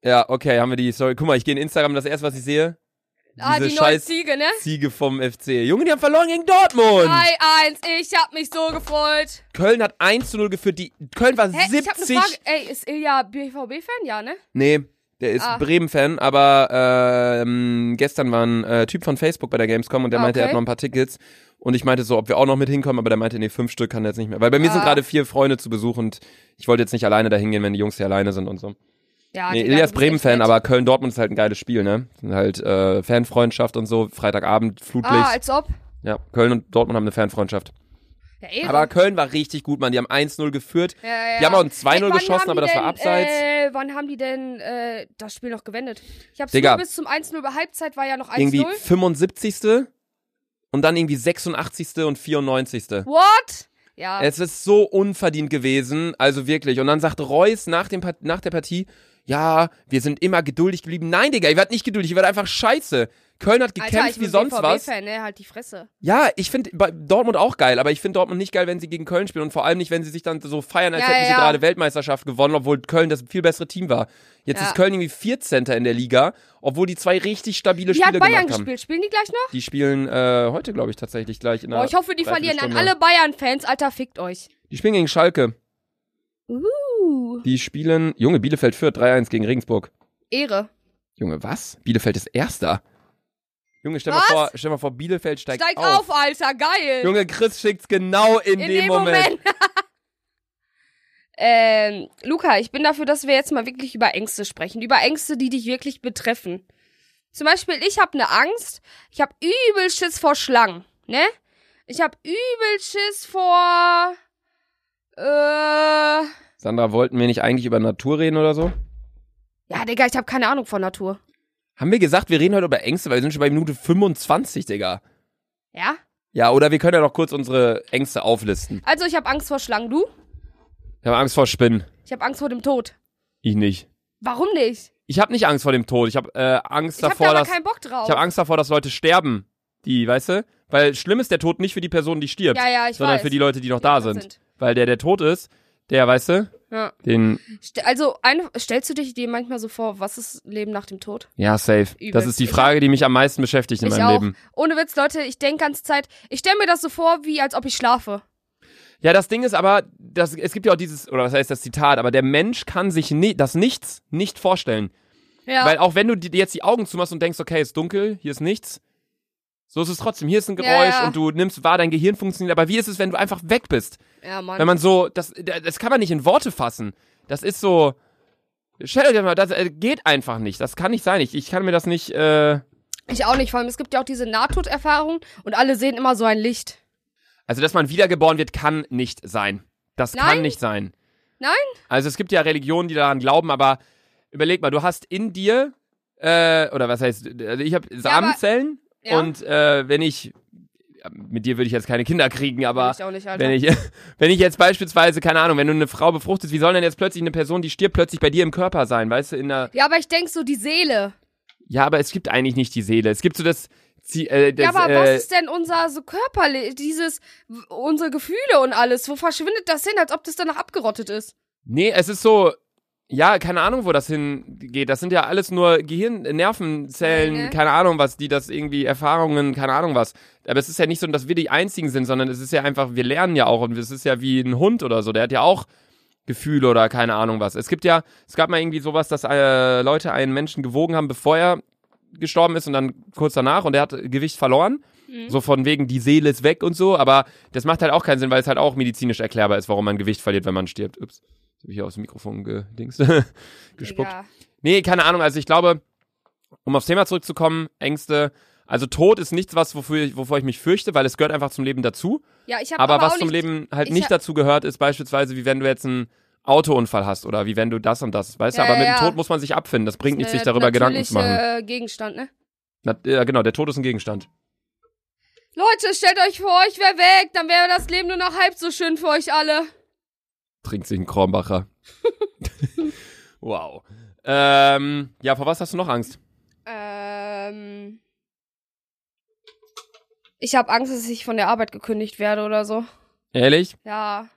S1: Ja, okay, haben wir die Story. Guck mal, ich gehe in Instagram, das erste, was ich sehe. Diese
S2: ah, die neue
S1: scheiß
S2: Ziege, ne?
S1: Ziege vom FC. Junge, die haben verloren gegen Dortmund.
S2: 3-1, ich hab mich so gefreut.
S1: Köln hat 1 zu 0 geführt. Die, Köln war
S2: Hä, ich hab eine
S1: 70.
S2: Frage. Ey, ist Ilja BVB-Fan? Ja, ne?
S1: nee, der ist
S2: Ah.
S1: Bremen-Fan, aber ähm, gestern war ein äh, Typ von Facebook bei der Gamescom und der
S2: Ah,
S1: meinte, er hat
S2: okay.
S1: noch ein paar Tickets. Und ich meinte so, ob wir auch noch mit hinkommen, aber der meinte, nee, fünf Stück kann er jetzt nicht mehr. Weil bei mir sind
S2: Ah.
S1: gerade vier Freunde zu Besuch und ich wollte jetzt nicht alleine da hingehen, wenn die Jungs hier alleine sind und so.
S2: Ja,
S1: Nee, Ilja ist
S2: Digga, du bist echt
S1: Bremen-Fan,
S2: nett.
S1: aber Köln-Dortmund ist halt ein geiles Spiel, ne? Sind halt äh, Fanfreundschaft und so, Freitagabend, Flutlicht.
S2: Ah, als ob.
S1: ja, Köln und Dortmund haben eine Fanfreundschaft.
S2: Ja, Ehre.
S1: Aber Köln war richtig gut, Mann. Die haben 1-0 geführt.
S2: ja, ja.
S1: die haben auch ein 2-0
S2: Ey, Äh, wann
S1: geschossen,
S2: haben die
S1: aber das war
S2: denn,
S1: abseits.
S2: Äh, wann haben die denn äh, das Spiel noch gewendet? Ich hab's
S1: Digga.
S2: nur bis zum 1-0 bei Halbzeit war ja noch 1-0.
S1: Irgendwie 75. und dann irgendwie 86. und 94.
S2: What? Ja.
S1: Es ist so unverdient gewesen, also wirklich. Und dann sagt Reus nach, dem Part- nach der Partie, ja, wir sind immer geduldig geblieben. Nein, Digga, ihr werdet nicht geduldig, ihr werdet einfach scheiße. Köln hat gekämpft
S2: Alter, ich
S1: wie
S2: bin
S1: sonst was.
S2: BVB-Fan, ne? Halt die Fresse.
S1: Ja, ich finde Dortmund auch geil, aber ich finde Dortmund nicht geil, wenn sie gegen Köln spielen und vor allem nicht, wenn sie sich dann so feiern, als
S2: Ja,
S1: hätten
S2: ja,
S1: sie
S2: ja.
S1: gerade Weltmeisterschaft gewonnen, obwohl Köln das viel bessere Team war. Jetzt
S2: Ja.
S1: ist Köln irgendwie 14. in der Liga, obwohl die zwei richtig stabile
S2: Wie
S1: Spiele
S2: hat Bayern
S1: gemacht haben.
S2: gespielt? Spielen die gleich noch?
S1: Die spielen äh, heute, glaube ich, tatsächlich gleich in der
S2: Boah, Oh, ich hoffe, die verlieren. An
S1: Dreiviertelstunde.
S2: alle Bayern-Fans, Alter, fickt euch.
S1: Die spielen gegen Schalke.
S2: Uh,
S1: Die spielen, Junge, Bielefeld führt 3-1 gegen Regensburg.
S2: Ehre.
S1: Junge, was? Bielefeld ist Erster. Junge, stell mal
S2: Was?
S1: vor, stell mal vor, Bielefeld steigt,
S2: Steig auf, Alter, geil.
S1: Junge, Chris schickt's genau in,
S2: In
S1: dem Moment.
S2: ähm, Luca, ich bin dafür, dass wir jetzt mal wirklich über Ängste sprechen. Über Ängste, die dich wirklich betreffen. Zum Beispiel, ich habe eine Angst. Ich habe übel Schiss vor Schlangen, ne? Ich habe übel Schiss vor... Äh...
S1: Sandra, wollten wir nicht eigentlich über Natur reden oder so?
S2: Ja, Digga, ich habe keine Ahnung von Natur.
S1: Haben wir gesagt, wir reden heute über Ängste, weil wir sind schon bei Minute 25, Digga.
S2: Ja?
S1: Ja, oder wir können ja noch kurz unsere Ängste auflisten.
S2: Also, ich habe Angst vor Schlangen. Du?
S1: Ich habe Angst vor Spinnen.
S2: Ich habe Angst vor dem Tod.
S1: Ich nicht.
S2: Warum nicht?
S1: Ich habe nicht Angst vor dem Tod. Ich habe äh, Angst
S2: Ich habe da
S1: davor,
S2: aber
S1: dass
S2: keinen Bock drauf.
S1: ich habe Angst davor, dass Leute sterben. Die, weißt du? Weil schlimm ist der Tod nicht für die Person, die stirbt,
S2: ja, ja, ich
S1: sondern
S2: weiß.
S1: für die Leute, die noch da sind. Weil der, der tot ist, der, weißt du?
S2: Ja.
S1: Den,
S2: St- Also, eine, stellst du dich dir manchmal so vor, was ist Leben nach dem Tod?
S1: ja, safe. Das
S2: Übelst.
S1: ist die Frage, die mich am meisten beschäftigt in
S2: ich
S1: meinem
S2: auch.
S1: Leben.
S2: Ohne Witz, Leute, ich denke ganze Zeit, ich stelle mir das so vor, wie als ob ich schlafe.
S1: Ja, das Ding ist aber, das, es gibt ja auch dieses, oder was heißt das Zitat, aber der Mensch kann sich ni das Nichts nicht vorstellen.
S2: Ja.
S1: Weil auch wenn du dir jetzt die Augen zumachst und denkst, okay, ist dunkel, hier ist nichts, so ist es trotzdem. Hier ist ein
S2: Ja,
S1: Geräusch
S2: ja.
S1: und du nimmst wahr, dein Gehirn funktioniert. Aber wie ist es, wenn du einfach weg bist?
S2: ja, Mann.
S1: Wenn man so, das, das kann man nicht in Worte fassen. Das ist so, stell dir mal, das äh, geht einfach nicht. Das kann nicht sein. Ich, ich kann mir das nicht, äh,
S2: ich auch nicht, vor allem es gibt ja auch diese Nahtoderfahrung und alle sehen immer so ein Licht.
S1: also dass man wiedergeboren wird, kann nicht sein. Das kann
S2: Nein.
S1: nicht sein.
S2: Nein.
S1: Also es gibt ja Religionen, die daran glauben, aber überleg mal, du hast in dir, äh, oder was heißt, also ich habe Samenzellen
S2: Ja.
S1: und äh, wenn ich, mit dir würde ich jetzt keine Kinder kriegen, aber
S2: ich auch nicht, also. Alter.
S1: Wenn ich, wenn ich jetzt beispielsweise, keine Ahnung, wenn du eine Frau befruchtest, wie soll denn jetzt plötzlich eine Person, die stirbt, plötzlich bei dir im Körper sein, weißt du, in der.
S2: ja, aber ich denk so, die Seele.
S1: Ja, aber es gibt eigentlich nicht die Seele. Es gibt so das. Zie- Äh, das
S2: ja, aber
S1: äh,
S2: was ist denn unser so körperlich, dieses, w- unsere Gefühle und alles? Wo verschwindet das hin, als ob das danach abgerottet ist?
S1: Nee, es ist so. Ja, keine Ahnung, wo das hingeht. Das sind ja alles nur Gehirn, Nervenzellen,
S2: Nein, ne?
S1: keine Ahnung was, die das irgendwie, Erfahrungen, keine Ahnung was. Aber es ist ja nicht so, dass wir die Einzigen sind, sondern es ist ja einfach, wir lernen ja auch und es ist ja wie ein Hund oder so, der hat ja auch Gefühle oder keine Ahnung was. Es gibt ja, es gab mal irgendwie sowas, dass äh, Leute einen Menschen gewogen haben, bevor er gestorben ist und dann kurz danach und er hat Gewicht verloren.
S2: Mhm.
S1: So von wegen, die Seele ist weg und so, aber das macht halt auch keinen Sinn, weil es halt auch medizinisch erklärbar ist, warum man Gewicht verliert, wenn man stirbt. Ups, hab ich hier aufs Mikrofon gedingst, gespuckt.
S2: Ja.
S1: Nee, keine Ahnung. Also ich glaube, um aufs Thema zurückzukommen, Ängste. Also Tod ist nichts, was wofür ich, wovor ich mich fürchte, weil es gehört einfach zum Leben dazu.
S2: ja, ich habe
S1: Aber,
S2: aber,
S1: was
S2: auch
S1: zum
S2: nicht,
S1: Leben halt
S2: ich
S1: nicht
S2: hab-
S1: dazu gehört, ist beispielsweise, wie wenn du jetzt einen Autounfall hast oder wie wenn du das und das, weißt du?
S2: Ja,
S1: Aber
S2: ja,
S1: mit dem
S2: ja.
S1: Tod muss man sich abfinden. Das bringt nichts, sich
S2: äh,
S1: darüber Gedanken zu machen.
S2: natürliche, äh, Gegenstand, ne?
S1: Na, ja, genau, der Tod ist ein Gegenstand.
S2: Leute, stellt euch vor, ich wäre weg, dann wäre das Leben nur noch halb so schön für euch alle.
S1: Trinkt sich ein Kronbacher. wow. Ähm, ja, vor was hast du noch Angst?
S2: Ähm. Ich habe Angst, dass ich von der Arbeit gekündigt werde oder so.
S1: Ehrlich?
S2: Ja.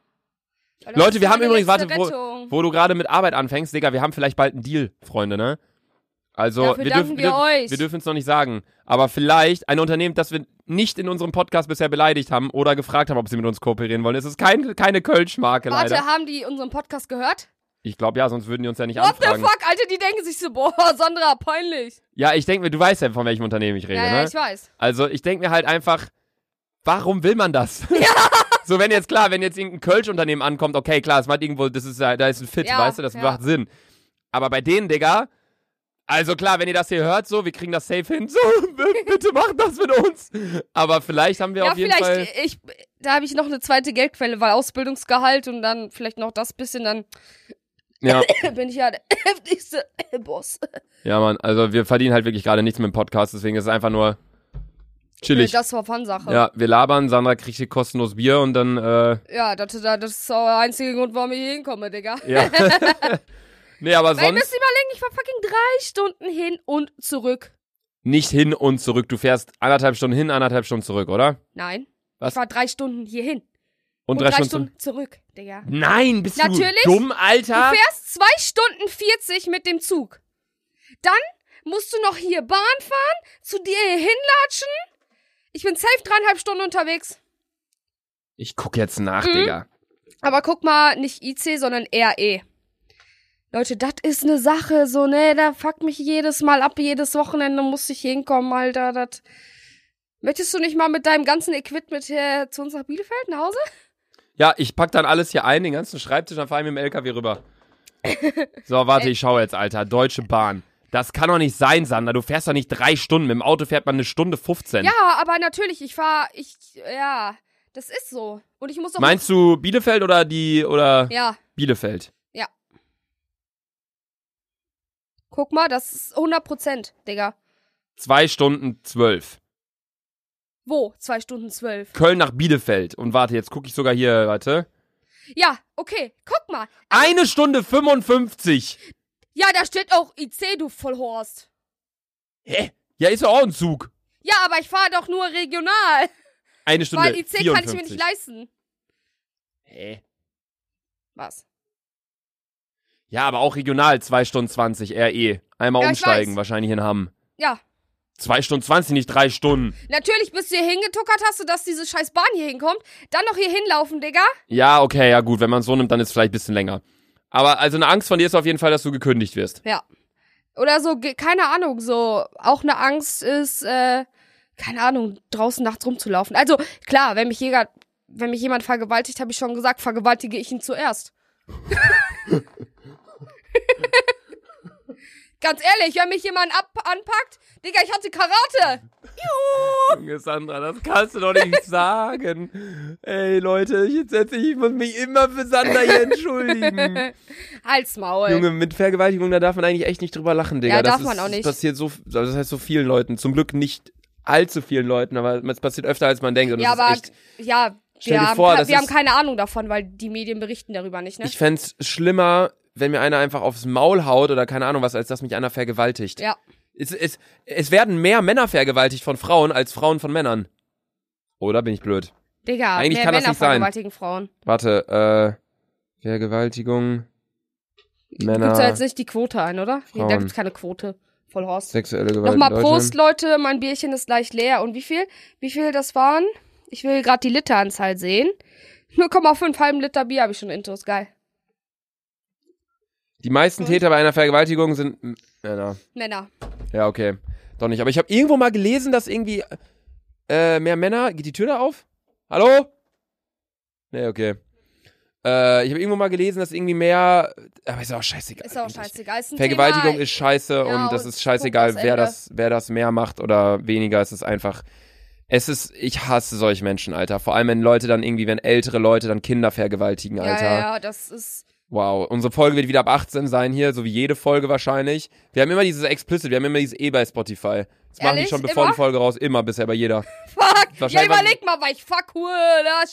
S2: Weil das
S1: Leute,
S2: ist
S1: wir haben
S2: meine
S1: übrigens,
S2: letzte
S1: warte, wo,
S2: Rettung.
S1: wo du gerade mit Arbeit anfängst, Digga, wir haben vielleicht bald einen Deal, Freunde, ne? Also,
S2: Dafür
S1: wir dürfen,
S2: danken wir
S1: dürfen-
S2: euch.
S1: wir dürfen es noch nicht sagen. Aber vielleicht ein Unternehmen, das wir nicht in unserem Podcast bisher beleidigt haben oder gefragt haben, ob sie mit uns kooperieren wollen. Es ist kein, keine Kölsch-Marke,
S2: Warte,
S1: leider.
S2: haben die unseren Podcast gehört?
S1: Ich glaube, ja, sonst würden die uns ja nicht
S2: What the
S1: anfragen.
S2: fuck, Alter, die denken sich so, boah, Sandra, peinlich.
S1: Ja, ich denke mir, du weißt ja, von welchem Unternehmen ich rede,
S2: Ja, ja,
S1: ne?
S2: ich weiß.
S1: Also ich denke mir halt einfach, warum will man das? So, wenn jetzt klar, wenn jetzt irgendein Kölsch-Unternehmen ankommt, okay, klar, es macht irgendwo, das ist, ja- da ist ein Fit,
S2: Ja,
S1: weißt du, das
S2: ja.
S1: macht Sinn. Aber bei denen, Digga, also klar, wenn ihr das hier hört, so, wir kriegen das safe hin, so, b- bitte macht das mit uns. Aber vielleicht haben wir
S2: Ja,
S1: auf jeden
S2: vielleicht,
S1: Fall.
S2: ich, da habe ich noch eine zweite Geldquelle, weil Ausbildungsgehalt und dann vielleicht noch das bisschen, dann
S1: Ja,
S2: bin ich ja der heftigste Boss.
S1: ja, Mann, also wir verdienen halt wirklich gerade nichts mit dem Podcast, deswegen ist es einfach nur chillig.
S2: Das war Fun-Sache.
S1: Ja, wir labern, Sandra kriegt hier kostenlos Bier und dann, äh,
S2: Ja, das, das das ist auch der einzige Grund, warum ich hier hinkomme, Digga.
S1: ja. nee, aber
S2: Weil ihr
S1: sonst.
S2: müsst überlegen, ich war fucking drei Stunden hin und zurück.
S1: nicht hin und zurück. Du fährst anderthalb Stunden hin, anderthalb Stunden zurück, oder?
S2: Nein.
S1: Was?
S2: Ich war drei Stunden hierhin.
S1: Und, drei, Stunden.
S2: zurück, Digga.
S1: zurück. Nein, bist
S2: Natürlich.
S1: du dumm,
S2: Du
S1: Alter?
S2: fährst zwei Stunden 40 mit dem Zug. Dann musst du noch hier Bahn fahren, zu dir hier hinlatschen. Ich bin safe dreieinhalb Stunden unterwegs.
S1: Ich guck jetzt nach,
S2: Mhm.
S1: Digga.
S2: Aber guck mal, nicht IC, sondern RE. Leute, das ist eine Sache, so, ne, da fuckt mich jedes Mal ab, jedes Wochenende muss ich hinkommen, Alter, das. Möchtest du nicht mal mit deinem ganzen Equipment hier zu uns nach Bielefeld nach Hause?
S1: Ja, ich pack dann alles hier ein, den ganzen Schreibtisch, dann fahr ich mit dem LKW rüber. so, warte, ich schaue jetzt, Alter. Deutsche Bahn. Das kann doch nicht sein, Sander. Du fährst doch nicht drei Stunden. Mit dem Auto fährt man eine Stunde 15.
S2: Ja, aber natürlich, ich fahr, ich, ja, das ist so. Und ich muss doch.
S1: Meinst du Bielefeld oder die, oder
S2: ja,
S1: Bielefeld?
S2: guck mal, das ist 100 Prozent, Digga.
S1: Zwei Stunden zwölf.
S2: Wo? Zwei Stunden zwölf.
S1: Köln nach Bielefeld. Und warte, jetzt gucke ich sogar hier, warte.
S2: Ja, okay, guck mal.
S1: Eine Stunde 55.
S2: Ja, da steht auch IC, du Vollhorst.
S1: Hä? Ja, ist ja auch ein Zug.
S2: Ja, aber ich fahre doch nur regional.
S1: Eine Stunde.
S2: weil IC kann ich mir
S1: 54.
S2: nicht leisten.
S1: Hä?
S2: Was?
S1: Ja, aber auch regional 2 Stunden 20 RE. Einmal
S2: Ja, ich
S1: umsteigen,
S2: weiß.
S1: wahrscheinlich in Hamm.
S2: Ja.
S1: 2 Stunden 20, nicht 3 Stunden.
S2: Natürlich bist du hier hingetuckert, hast du, dass diese scheiß Bahn hier hinkommt. Dann noch hier hinlaufen, Digga.
S1: Ja, okay, ja gut, wenn man es so nimmt, dann ist es vielleicht ein bisschen länger. Aber also eine Angst von dir ist auf jeden Fall, dass du gekündigt wirst.
S2: Ja. Oder so, ge- keine Ahnung, so auch eine Angst ist, äh, keine Ahnung, draußen nachts rumzulaufen. Also klar, wenn mich jemand, wenn mich jemand vergewaltigt, habe ich schon gesagt, vergewaltige ich ihn zuerst. Ganz ehrlich, wenn mich jemand ab anpackt, Digga, ich hatte Karate.
S1: Junge Sandra, das kannst du doch nicht sagen. Ey Leute, ich, jetzt, jetzt, ich muss mich immer für Sandra hier entschuldigen.
S2: Halsmaul.
S1: Junge, mit Vergewaltigung, da darf man eigentlich echt nicht drüber lachen, Digga.
S2: Ja,
S1: das
S2: darf
S1: ist,
S2: man auch nicht.
S1: Das passiert so, also das heißt so vielen Leuten. Zum Glück nicht allzu vielen Leuten, aber es passiert öfter, als man denkt. Und
S2: ja,
S1: das ist
S2: aber
S1: echt,
S2: ja,
S1: Stell
S2: wir,
S1: dir
S2: haben,
S1: vor,
S2: ke-
S1: das
S2: wir
S1: ist-
S2: haben keine Ahnung davon, weil die Medien berichten darüber nicht, ne?
S1: Ich fänd's schlimmer, wenn mir einer einfach aufs Maul haut oder keine Ahnung was, als dass mich einer vergewaltigt.
S2: ja.
S1: Es, es, es werden mehr Männer vergewaltigt von Frauen als Frauen von Männern. Oder bin ich blöd?
S2: Digga,
S1: Eigentlich
S2: mehr
S1: kann das
S2: Männer
S1: nicht sein.
S2: vergewaltigen Frauen.
S1: Warte, äh, Vergewaltigung,
S2: Gibt's da jetzt
S1: Männer,
S2: nicht die Quote ein, oder? Nee, da
S1: Frauen.
S2: gibt's keine Quote. Voll Horst.
S1: sexuelle Gewalt.
S2: Nochmal
S1: in
S2: Prost,
S1: Deutschland.
S2: Leute. Mein Bierchen ist gleich leer. Und wie viel? Wie viel das waren? Ich will gerade die Literanzahl sehen. 0,5 halben Liter Bier habe ich schon intus. Geil.
S1: Die meisten Täter bei einer Vergewaltigung sind M- Männer.
S2: Männer.
S1: Ja, okay. Doch nicht. Aber ich habe irgendwo mal gelesen, dass irgendwie äh, mehr Männer. Geht die Tür da auf? Hallo? Nee, okay. Äh, ich habe irgendwo mal gelesen, dass irgendwie mehr. äh, Aber ist auch scheißegal.
S2: Ist auch
S1: eigentlich.
S2: scheißegal. Ist ein
S1: Vergewaltigung
S2: Thema.
S1: ist scheiße und das
S2: und
S1: ist scheißegal,
S2: Punkt, das
S1: wer
S2: Ende.
S1: das, wer das mehr macht oder weniger. Es ist einfach. Es ist, ich hasse solche Menschen, Alter. Vor allem, wenn Leute dann irgendwie, wenn ältere Leute dann Kinder vergewaltigen, Alter.
S2: Ja, ja, ja, das ist.
S1: Wow, unsere Folge wird wieder ab 18 sein hier, so wie jede Folge wahrscheinlich. Wir haben immer dieses Explicit, wir haben immer dieses E bei Spotify. Das machen die
S2: Ehrlich?
S1: schon bevor
S2: Immer?
S1: die Folge raus, immer bisher bei jeder.
S2: Fuck! Ja,
S1: Wahrscheinlich war-
S2: überleg mal, weil ich fuck cool,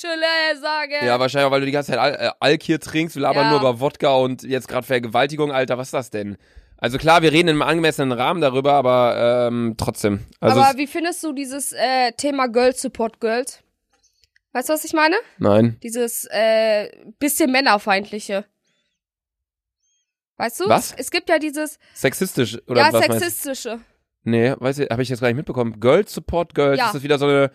S2: Schule sage.
S1: Ja, wahrscheinlich, auch, weil du die ganze Zeit Al äh, Alk hier trinkst, wir labern
S2: Ja.
S1: nur über Wodka und jetzt gerade Vergewaltigung, Alter, was ist das denn? Also klar, wir reden in einem angemessenen Rahmen darüber, aber ähm, trotzdem. Also es-
S2: Aber wie findest du dieses äh, Thema Girls Support Girls? Weißt du, was ich meine?
S1: nein.
S2: Dieses äh, bisschen männerfeindliche. Weißt du?
S1: Was?
S2: Es gibt ja dieses
S1: Sexistisch oder
S2: ja
S1: was meinst
S2: sexistische.
S1: du? Nee, weiß ich, habe ich jetzt gar nicht mitbekommen. Girls Support Girls,
S2: Ja.
S1: ist das wieder so eine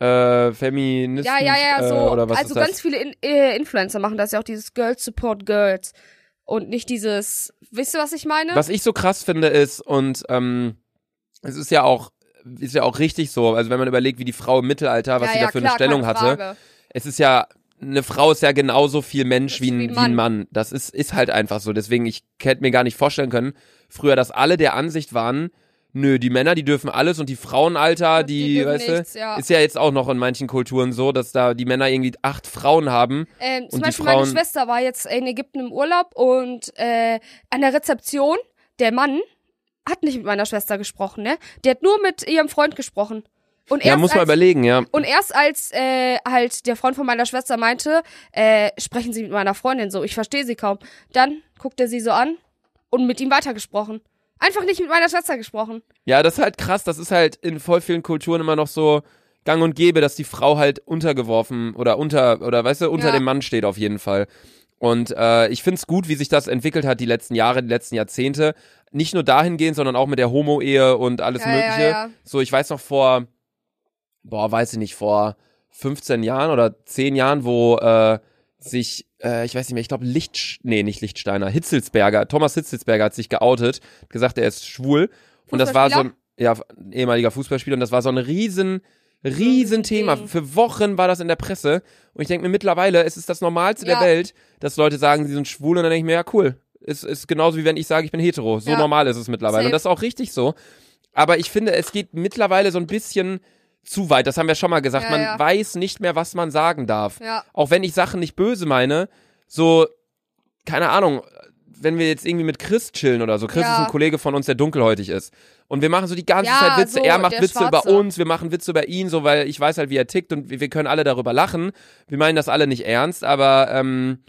S1: äh, Feministin
S2: Ja, ja, ja,
S1: äh,
S2: so.
S1: oder was
S2: also
S1: ist das?
S2: ganz viele In äh, Influencer machen das ja auch dieses Girls Support Girls und nicht dieses. Wisst ihr, was ich meine?
S1: Was ich so krass finde ist, und ähm, es ist ja auch, ist ja auch richtig so, also wenn man überlegt, wie die Frau im Mittelalter, was
S2: ja,
S1: sie
S2: ja,
S1: da für
S2: klar,
S1: eine Stellung
S2: keine
S1: hatte,
S2: Frage.
S1: es ist ja, eine Frau ist ja genauso viel Mensch wie ein, wie ein, Mann.
S2: Mann.
S1: Das ist, ist halt einfach so. Deswegen, ich hätte mir gar nicht vorstellen können, früher, dass alle der Ansicht waren, nö, die Männer, die dürfen alles und die Frauenalter,
S2: Die
S1: die,
S2: dürfen
S1: weißt
S2: nichts,
S1: du,
S2: ja.
S1: ist ja jetzt auch noch in manchen Kulturen so, dass da die Männer irgendwie acht Frauen haben.
S2: Ähm,
S1: Und
S2: zum
S1: die
S2: Beispiel meine
S1: Frauen-
S2: Schwester war jetzt in Ägypten im Urlaub und äh, an der Rezeption, der Mann hat nicht mit meiner Schwester gesprochen, ne? Der hat nur mit ihrem Freund gesprochen. Und
S1: Ja,
S2: erst
S1: muss man
S2: als,
S1: überlegen, ja.
S2: Und erst als äh, halt der Freund von meiner Schwester meinte, äh, sprechen Sie mit meiner Freundin so, ich verstehe sie kaum. Dann guckt er sie so an und mit ihm weitergesprochen. Einfach nicht mit meiner Schwester gesprochen.
S1: Ja, das ist halt krass. Das ist halt in voll vielen Kulturen immer noch so gang und gäbe, dass die Frau halt untergeworfen oder unter, oder weißt du, unter
S2: Ja.
S1: dem Mann steht auf jeden Fall. Und äh, ich find's gut, wie sich das entwickelt hat die letzten Jahre, die letzten Jahrzehnte. Nicht nur dahingehend, sondern auch mit der Homo-Ehe und alles
S2: Ja, ja,
S1: Mögliche.
S2: ja.
S1: So, ich weiß noch vor, boah, weiß ich nicht, vor 15 Jahren oder 10 Jahren, wo äh, sich, äh, ich weiß nicht mehr, ich glaube Licht, nee, nicht Lichtsteiner, Hitzelsberger, Thomas Hitzelsberger hat sich geoutet, hat gesagt, er ist schwul. Und das war so ein, ja, ein ehemaliger Fußballspieler und das war so ein riesen, riesen Thema.
S2: Riesending.
S1: Für Wochen war das in der Presse. Und ich denke mir mittlerweile, es ist das Normalste
S2: Ja.
S1: der Welt, dass Leute sagen, sie sind schwul und dann denke ich mir, ja, cool. Es ist genauso wie wenn ich sage, ich bin hetero. So
S2: Ja.
S1: normal ist es mittlerweile. Und
S2: Safe.
S1: das ist auch richtig so. Aber ich finde, es geht mittlerweile so ein bisschen zu weit. Das haben wir schon mal gesagt.
S2: Ja,
S1: man
S2: ja.
S1: weiß nicht mehr, was man sagen darf.
S2: Ja.
S1: Auch wenn ich Sachen nicht böse meine, so, keine Ahnung, wenn wir jetzt irgendwie mit Chris chillen oder so. Chris
S2: Ja.
S1: ist ein Kollege von uns, der dunkelhäutig ist. Und wir machen so die ganze
S2: Ja,
S1: Zeit Witze.
S2: so,
S1: er macht
S2: der
S1: Witze über
S2: Schwarze.
S1: uns, wir machen Witze über ihn, so, weil ich weiß halt, wie er tickt und wir, wir können alle darüber lachen. Wir meinen das alle nicht ernst, aber, ähm,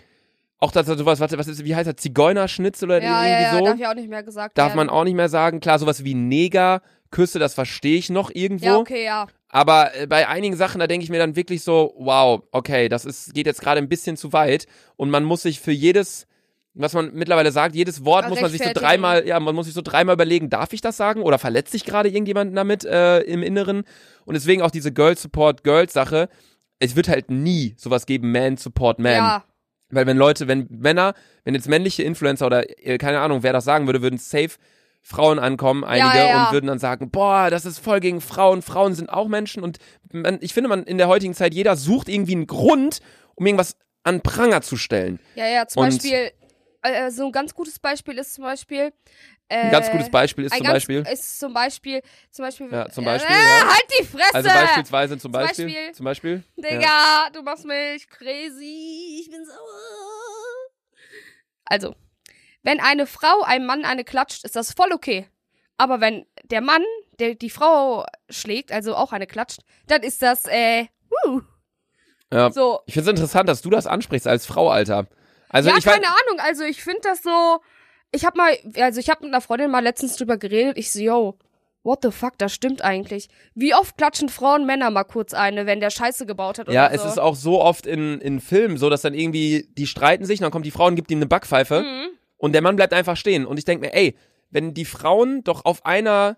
S1: auch das, sowas, warte, was ist, wie heißt das? Zigeunerschnitzel oder
S2: Ja,
S1: irgendwie
S2: ja, ja,
S1: so?
S2: darf ja auch nicht mehr gesagt
S1: Darf man
S2: werden.
S1: auch nicht mehr sagen. Klar, sowas wie Neger, Küsse, das verstehe ich noch irgendwo.
S2: Ja, okay, ja.
S1: Aber äh, bei einigen Sachen, da denke ich mir dann wirklich so, wow, okay, das ist, geht jetzt gerade ein bisschen zu weit. Und man muss sich für jedes, was man mittlerweile sagt, jedes Wort
S2: Also
S1: muss man sich so
S2: rechtfertigen.
S1: dreimal, ja, man muss sich so dreimal überlegen, darf ich das sagen oder verletzt sich gerade irgendjemand damit äh, im Inneren? Und deswegen auch diese Girl Support Girl Sache. Es wird halt nie sowas geben, Man Support Man.
S2: Ja,
S1: Weil wenn Leute, wenn Männer, wenn jetzt männliche Influencer oder äh, keine Ahnung, wer das sagen würde, würden safe Frauen ankommen, einige,
S2: ja, ja.
S1: und würden dann sagen, boah, das ist voll gegen Frauen, Frauen sind auch Menschen und man, ich finde, man in der heutigen Zeit, jeder sucht irgendwie einen Grund, um irgendwas an Pranger zu stellen.
S2: ja, ja. Zum
S1: Und-
S2: Beispiel, äh, so ein ganz gutes Beispiel ist zum Beispiel. Äh,
S1: Ein ganz gutes Beispiel ist
S2: ein
S1: zum
S2: ganz-
S1: Beispiel,
S2: Ist zum Beispiel, zum Beispiel.
S1: Ja, zum Beispiel,
S2: Äh,
S1: ja.
S2: Halt die Fresse!
S1: also beispielsweise zum Beispiel,
S2: Beispiel-
S1: zum Beispiel,
S2: Digga,
S1: ja.
S2: du machst mich crazy. Ich bin sauer. Also, wenn eine Frau einem Mann eine klatscht, ist das voll okay. Aber wenn der Mann, der die Frau schlägt, also auch eine klatscht, dann ist das, äh, uh,
S1: Ja.
S2: so.
S1: Ich finde es interessant, dass du das ansprichst als Frau, Alter. Also
S2: ja,
S1: ich weiß,
S2: keine Ahnung. Also, ich finde das so, ich hab mal, also, ich hab mit einer Freundin mal letztens drüber geredet. Ich so, yo, what the fuck, das stimmt eigentlich. Wie oft klatschen Frauen Männer mal kurz eine, wenn der Scheiße gebaut hat
S1: Ja,
S2: oder so?
S1: es ist auch so oft in, in Filmen so, dass dann irgendwie, die streiten sich, und dann kommt die Frau und gibt ihm eine Backpfeife
S2: Mhm.
S1: und der Mann bleibt einfach stehen. Und ich denke mir, ey, wenn die Frauen doch auf einer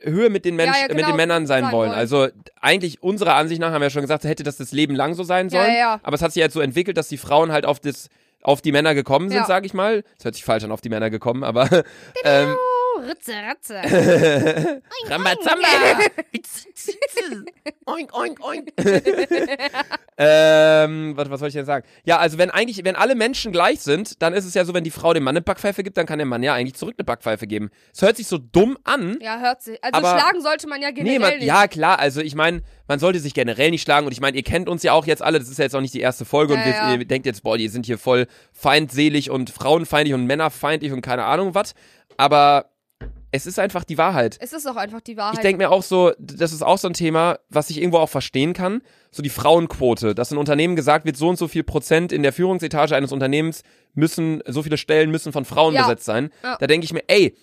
S1: Höhe mit den, Menschen,
S2: ja,
S1: äh, mit
S2: genau,
S1: den Männern sein,
S2: sein
S1: wollen.
S2: wollen.
S1: Also eigentlich unserer Ansicht nach haben wir ja schon gesagt, hätte das das Leben lang so sein
S2: Ja,
S1: sollen.
S2: ja, ja.
S1: Aber es hat sich halt so entwickelt, dass die Frauen halt auf das auf die Männer gekommen sind,
S2: Ja.
S1: sag ich mal. Das hört sich falsch an, auf die Männer gekommen, aber ähm,
S2: Oh, Ritze, Ratze.
S1: Rambazamba! oink, oink, oink. ähm, was, was soll ich denn sagen? Ja, also wenn eigentlich, wenn alle Menschen gleich sind, dann ist es ja so, wenn die Frau dem Mann eine Backpfeife gibt, dann kann der Mann ja eigentlich zurück eine Backpfeife geben. Es hört sich so dumm an.
S2: Ja, hört sich. Also
S1: Aber-
S2: schlagen sollte man ja generell
S1: Nee, man,
S2: nicht.
S1: ja klar, also ich meine, man sollte sich generell nicht schlagen und ich meine, ihr kennt uns ja auch jetzt alle, das ist ja jetzt auch nicht die erste Folge und
S2: Ja,
S1: wir,
S2: ja.
S1: ihr denkt jetzt, boah, die sind hier voll feindselig und frauenfeindlich und männerfeindlich und keine Ahnung was, aber es ist einfach die Wahrheit.
S2: Es ist auch einfach die Wahrheit.
S1: Ich denke mir auch so, d- das ist auch so ein Thema, was ich irgendwo auch verstehen kann. So die Frauenquote, dass in Unternehmen gesagt wird, so und so viel Prozent in der Führungsetage eines Unternehmens müssen, so viele Stellen müssen von Frauen
S2: Ja.
S1: besetzt sein.
S2: Ja.
S1: Da denke ich mir, ey,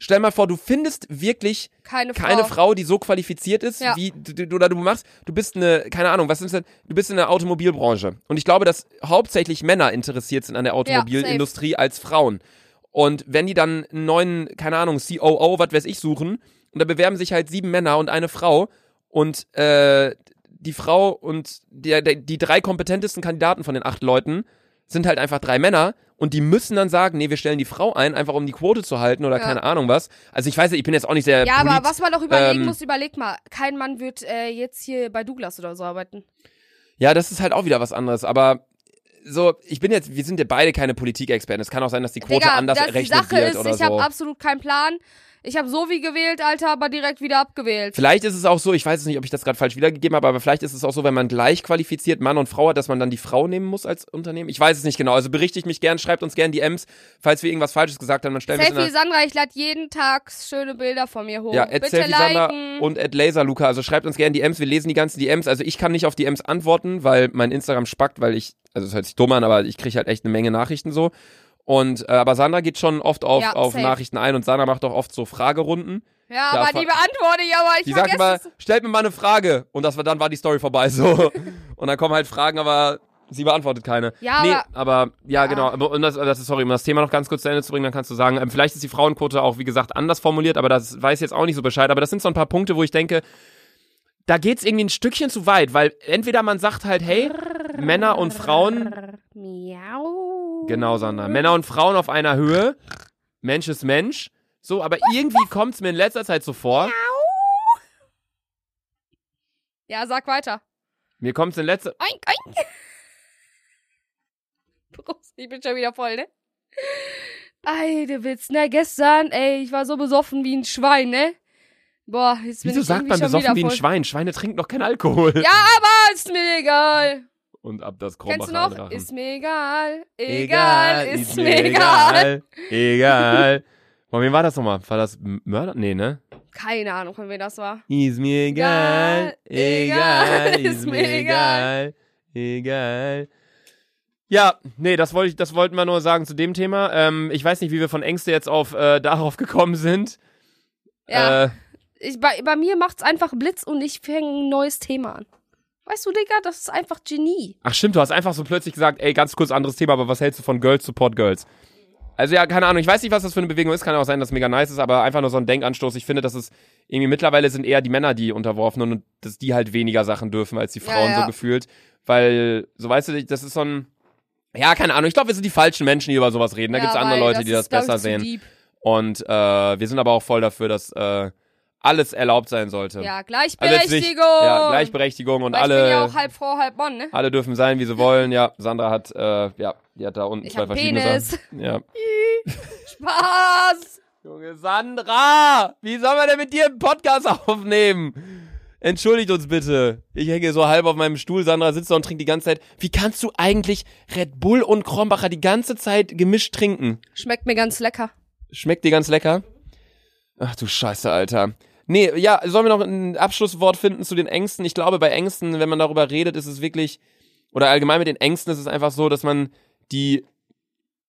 S1: stell mal vor, du findest wirklich
S2: keine Frau.
S1: keine Frau, die so qualifiziert ist,
S2: Ja.
S1: wie du, du- oder du machst, du bist eine, keine Ahnung, was ist denn, du bist in der Automobilbranche. Und ich glaube, dass hauptsächlich Männer interessiert sind an der Automobilindustrie als Frauen. Und wenn die dann einen neuen, keine Ahnung, COO, was weiß ich, suchen, und da bewerben sich halt sieben Männer und eine Frau und äh, die Frau und der, der, die drei kompetentesten Kandidaten von den acht Leuten sind halt einfach drei Männer und die müssen dann sagen, nee, wir stellen die Frau ein, einfach um die Quote zu halten oder
S2: Ja.
S1: keine Ahnung was. Also ich weiß, nicht, ich bin jetzt auch nicht sehr
S2: Ja, aber
S1: polit-
S2: was man doch überlegen
S1: ähm,
S2: muss, überleg mal. Kein Mann wird äh, jetzt hier bei Douglas oder so arbeiten.
S1: Ja, das ist halt auch wieder was anderes, aber so, ich bin jetzt, wir sind ja beide keine Politikexperten. Es kann auch sein, dass die Quote
S2: Digga,
S1: anders
S2: dass die
S1: errechnet
S2: Sache
S1: wird
S2: ist,
S1: oder
S2: ich
S1: so.
S2: habe absolut keinen Plan. Ich habe so wie gewählt, Alter, aber direkt wieder abgewählt.
S1: Vielleicht ist es auch so, ich weiß es nicht, ob ich das gerade falsch wiedergegeben habe, aber vielleicht ist es auch so, wenn man gleich qualifiziert Mann und Frau hat, dass man dann die Frau nehmen muss als Unternehmen. Ich weiß es nicht genau. Also berichtigt mich gern, schreibt uns gern DMs, falls wir irgendwas Falsches gesagt haben, dann stellen wir es in
S2: Selfie
S1: einer-
S2: Sandra, ich lade jeden Tag schöne Bilder von mir hoch.
S1: ja, at
S2: Bitte
S1: Selfie Sander
S2: liken.
S1: und at Laserluca. Also schreibt uns gerne DMs. Wir lesen die ganzen DMs. Also ich kann nicht auf DMs antworten, weil mein Instagram spackt, weil ich, also es hört sich dumm an, aber ich kriege halt echt eine Menge Nachrichten so. Und äh, aber Sandra geht schon oft auf,
S2: Ja,
S1: auf
S2: safe.
S1: Nachrichten ein und Sandra macht auch oft so Fragerunden.
S2: ja,
S1: Ja,
S2: aber
S1: ver-
S2: die beantworte ich, aber ich
S1: Die sagt
S2: vergesse
S1: immer,
S2: es.
S1: stellt mir mal eine Frage und das war dann war die Story vorbei so. und dann kommen halt Fragen, aber sie beantwortet keine.
S2: Ja,
S1: nee,
S2: aber- Ah.
S1: aber ja, genau. Aber um das, das ist sorry, um das Thema noch ganz kurz zu Ende zu bringen, dann kannst du sagen, ähm, vielleicht ist die Frauenquote auch wie gesagt anders formuliert, aber das weiß ich jetzt auch nicht so Bescheid. Aber das sind so ein paar Punkte, wo ich denke, da geht's irgendwie ein Stückchen zu weit, weil entweder man sagt halt, hey, Männer und Frauen
S2: Miau.
S1: Genau, Sandra. Männer und Frauen auf einer Höhe. Mensch ist Mensch. So, aber irgendwie kommt es mir in letzter Zeit so vor.
S2: Ja, sag weiter.
S1: Mir kommt es in letzter
S2: Oink, oink. Prost, ich bin schon wieder voll, ne? Ey, der Witz, ne? Gestern, ey, ich war so besoffen wie ein Schwein, ne? Boah, jetzt bin
S1: Wieso
S2: ich
S1: sagt
S2: irgendwie
S1: man
S2: schon wieder
S1: besoffen wie ein
S2: voll.
S1: Schwein? Schweine trinken doch keinen Alkohol.
S2: Ja, aber ist mir egal.
S1: Und ab das
S2: Kennst du
S1: Krombacher
S2: noch?
S1: Drachen.
S2: Ist mir egal. Egal, ist mir egal.
S1: egal. Egal. Von wem war das nochmal? War das M- Mörder? Nee, ne?
S2: Keine Ahnung, von wem das war.
S1: Ist mir egal.
S2: Egal,
S1: Egal.
S2: ist
S1: Ist
S2: mir
S1: mir egal. Egal. Ja, nee, das wollte ich, das wollten wir nur sagen zu dem Thema. Ähm, ich weiß nicht, wie wir von Ängste jetzt auf äh, darauf gekommen sind.
S2: Ja,
S1: Äh,
S2: ich, bei, bei mir macht's einfach Blitz und ich fange ein neues Thema an. Weißt du, Digga, das ist einfach Genie.
S1: ach stimmt, du hast einfach so plötzlich gesagt, ey, ganz kurz anderes Thema, aber was hältst du von Girls Support Girls? Also ja, keine Ahnung, ich weiß nicht, was das für eine Bewegung ist, kann ja auch sein, dass es mega nice ist, aber einfach nur so ein Denkanstoß. Ich finde, dass es irgendwie mittlerweile sind eher die Männer die Unterworfenen und dass die halt weniger Sachen dürfen als die
S2: Ja,
S1: Frauen
S2: ja.
S1: so gefühlt, weil so weißt du, das ist so ein ja, keine Ahnung, ich glaube, wir sind die falschen Menschen, die über sowas reden. Da
S2: ja,
S1: gibt's andere
S2: weil
S1: Leute, die
S2: ist,
S1: das
S2: glaub ich,
S1: besser
S2: zu
S1: sehen.
S2: Deep.
S1: Und äh, wir sind aber auch voll dafür, dass äh, alles erlaubt sein sollte.
S2: Ja,
S1: Also jetzt
S2: Gleichberechtigung.
S1: nicht, ja, Gleichberechtigung und
S2: Weil
S1: alle,
S2: Ich bin ja auch halb Frau, halb Mann, ne?
S1: alle dürfen sein, wie sie wollen. Ja, Sandra hat, äh, ja, die hat da unten
S2: Ich
S1: zwei
S2: hab einen
S1: verschiedene
S2: Penis.
S1: Sachen. Ja.
S2: Spaß!
S1: Junge, Sandra! Wie soll man denn mit dir einen Podcast aufnehmen? Entschuldigt uns bitte. Ich hänge so halb auf meinem Stuhl. Sandra sitzt da und trinkt die ganze Zeit. Wie kannst du eigentlich Red Bull und Kronbacher die ganze Zeit gemischt trinken?
S2: Schmeckt mir ganz lecker.
S1: Schmeckt dir ganz lecker? Ach du Scheiße, Alter. Nee, ja, sollen wir noch ein Abschlusswort finden zu den Ängsten? Ich glaube, bei Ängsten, wenn man darüber redet, ist es wirklich, oder allgemein mit den Ängsten ist es einfach so, dass man die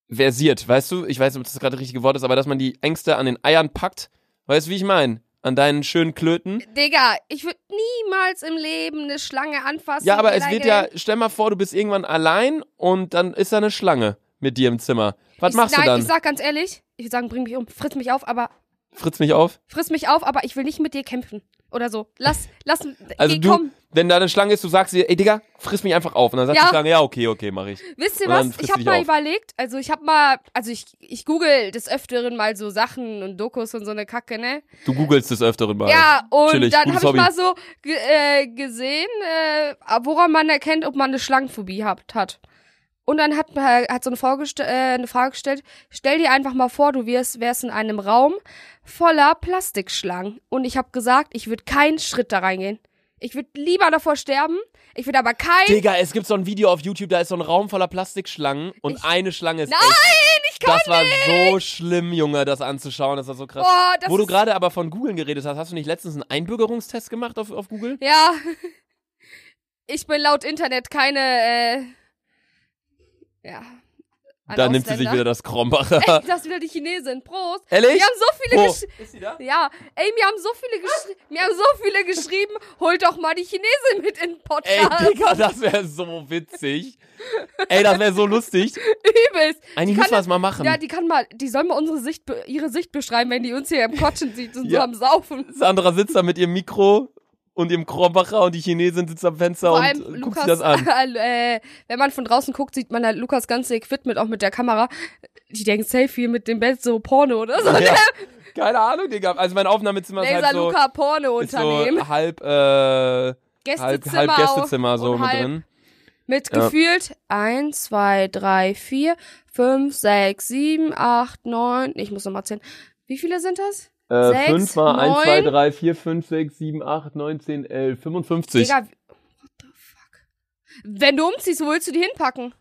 S1: versiert, weißt du? Ich weiß nicht, ob das gerade das richtige Wort ist, aber dass man die Ängste an den Eiern packt. Weißt du, wie ich meine? An deinen schönen Klöten.
S2: Digga, ich würde niemals im Leben eine Schlange anfassen.
S1: Ja, aber es
S2: Alleine.
S1: wird ja, stell mal vor, du bist irgendwann allein und dann ist da eine Schlange mit dir im Zimmer. Was
S2: ich,
S1: machst
S2: nein,
S1: du dann?
S2: ich sag ganz ehrlich, ich würde sagen, bring mich um, friss mich auf, aber
S1: Fritz mich auf?
S2: friss mich auf, aber ich will nicht mit dir kämpfen. Oder so. Lass, lass,
S1: Also
S2: geh,
S1: du,
S2: komm.
S1: wenn da eine Schlange ist, du sagst dir, ey Digga, friss mich einfach auf. Und dann sagt
S2: Ja.
S1: die Schlange, ja, okay, okay, mach ich.
S2: Wisst ihr
S1: Und dann
S2: was?
S1: frisst
S2: Ich
S1: du
S2: habe
S1: dich
S2: mal
S1: auf.
S2: überlegt, also ich habe mal, also ich, ich google des Öfteren mal so Sachen und Dokus und so eine Kacke, ne?
S1: Du googelst des Öfteren mal.
S2: Ja, und
S1: Chillig,
S2: dann
S1: gutes
S2: habe ich
S1: Hobby.
S2: mal so ge äh, gesehen, äh, woran man erkennt, ob man eine Schlangenphobie hat. hat. Und dann hat, hat so eine, Frau geste- äh, eine Frage gestellt, stell dir einfach mal vor, du wärst, wärst in einem Raum voller Plastikschlangen. Und ich habe gesagt, ich würde keinen Schritt da reingehen. Ich würde lieber davor sterben, ich würde aber keinen...
S1: Digga, es gibt so ein Video auf YouTube, da ist so ein Raum voller Plastikschlangen und
S2: Ich-
S1: eine Schlange ist
S2: Nein,
S1: echt. ich kann Das war so schlimm, Junge, das anzuschauen, das war so krass.
S2: Boah, das
S1: Wo du
S2: ist-
S1: gerade aber von Googeln geredet hast, hast du nicht letztens einen Einbürgerungstest gemacht auf, auf Google?
S2: Ja. Ich bin laut Internet keine, äh, ja. Ein
S1: da nimmt sie sich
S2: Ausländer.
S1: wieder das Krombacher.
S2: Ey, das ist wieder die Chinesin. Prost.
S1: Ehrlich?
S2: Wir haben so viele
S1: Wo?
S2: gesch-
S1: Ist sie da?
S2: Ja, ey, mir haben so viele geschrieben, mir haben so viele geschrieben, hol doch mal die Chinesin mit in den
S1: Ey,
S2: Podcast.
S1: Digga, das wäre so witzig. Ey, das wäre so lustig.
S2: Übelst.
S1: Eigentlich
S2: kann
S1: müssen wir das mal machen.
S2: Ja, die kann mal, die soll mal unsere Sicht, be- ihre Sicht beschreiben, wenn die uns hier im Kotschen sieht und
S1: Ja.
S2: so am Saufen.
S1: Sandra sitzt da mit ihrem Mikro und ihrem Krombacher und die Chinesin sitzt am Fenster
S2: Vor
S1: und
S2: allem
S1: guckt
S2: Lukas,
S1: sie das an.
S2: äh, wenn man von draußen guckt, sieht man halt Lukas ganze Equipment auch mit der Kamera. Die denken Selfie mit dem Bett so Porno oder so.
S1: Ja. Keine Ahnung, Digga. Also mein Aufnahmezimmer ist
S2: Laser
S1: halt so,
S2: Luca
S1: ist so
S2: Porno-Unternehmen.
S1: halb, äh, halb,
S2: Gästezimmer,
S1: halb Gästezimmer
S2: auch
S1: so
S2: und
S1: mit
S2: halb
S1: drin.
S2: Mit
S1: Ja.
S2: gefühlt 1, 2, 3, 4, 5, 6, 7, 8, 9. Ich muss nochmal zählen. Wie viele sind das?
S1: Äh,
S2: Sechs,
S1: 5 mal 1, 2,
S2: neun.
S1: 3, 4, 5, 6, 7, 8, 9, 10, 11, 55.
S2: Digga, wie- what the fuck? Wenn du umziehst, wo willst du die hinpacken?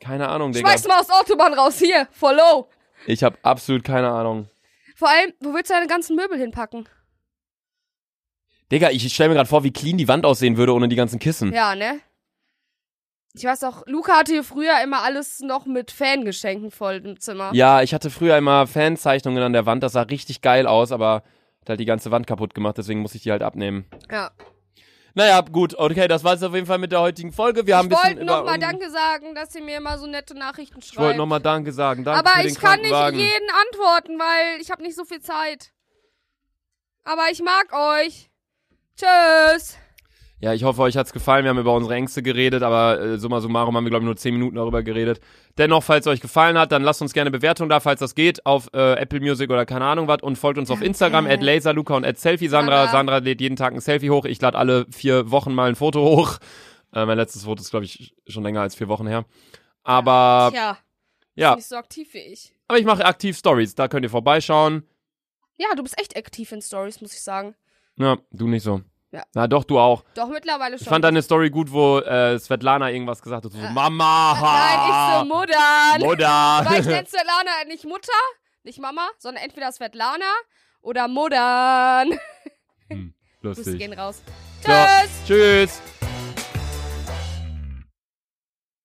S1: Keine Ahnung, Digga.
S2: Schmeiß mal aus der Autobahn raus, hier, voll low.
S1: Ich habe absolut keine Ahnung.
S2: Vor allem, wo willst du deine ganzen Möbel hinpacken?
S1: Digga, ich stell mir gerade vor, wie clean die Wand aussehen würde ohne die ganzen Kissen.
S2: Ja, ne? Ich weiß auch, Luca hatte hier früher immer alles noch mit Fangeschenken voll im Zimmer.
S1: Ja, ich hatte früher immer Fanzeichnungen an der Wand, das sah richtig geil aus, aber hat halt die ganze Wand kaputt gemacht, deswegen muss ich die halt abnehmen.
S2: ja.
S1: Naja, gut, okay, das war's auf jeden Fall mit der heutigen Folge. Wir haben
S2: Ich
S1: ein bisschen
S2: wollte
S1: über
S2: nochmal
S1: irgendein-
S2: Danke sagen, dass ihr mir immer so nette Nachrichten schreibt.
S1: Ich wollte nochmal Danke sagen. Danke
S2: Aber
S1: für
S2: ich
S1: den
S2: kann nicht
S1: Krankenwagen.
S2: jeden antworten, weil ich habe nicht so viel Zeit. Aber ich mag euch. Tschüss.
S1: Ja, ich hoffe, euch hat's gefallen. Wir haben über unsere Ängste geredet, aber äh, summa summarum haben wir, glaube ich, nur 10 Minuten darüber geredet. Dennoch, falls es euch gefallen hat, dann lasst uns gerne Bewertung da, falls das geht, auf äh, Apple Music oder keine Ahnung was und folgt uns auf Instagram, at laserluca und at selfiesandra.
S2: Sandra.
S1: Sandra lädt jeden Tag ein Selfie hoch. Ich lade alle vier Wochen mal ein Foto hoch. Äh, mein letztes Foto ist, glaube ich, schon länger als vier Wochen her. Aber
S2: Tja,
S1: ja,
S2: nicht so aktiv wie ich.
S1: aber ich mache aktiv Stories, da könnt ihr vorbeischauen.
S2: Ja, du bist echt aktiv in Stories, muss ich sagen.
S1: Ja, du nicht so.
S2: Ja.
S1: Na doch, du auch.
S2: Doch mittlerweile schon.
S1: Ich fand deine Story gut, wo äh, Svetlana irgendwas gesagt hat. So, Mama!
S2: Nein, ich so modern. Weil ich
S1: Mutter!
S2: nenne Svetlana nicht Mutter, nicht Mama, sondern entweder Svetlana oder modern. Grüße
S1: Lustig.
S2: gehen raus.
S1: Ja.
S2: Tschüss.
S1: Tschüss!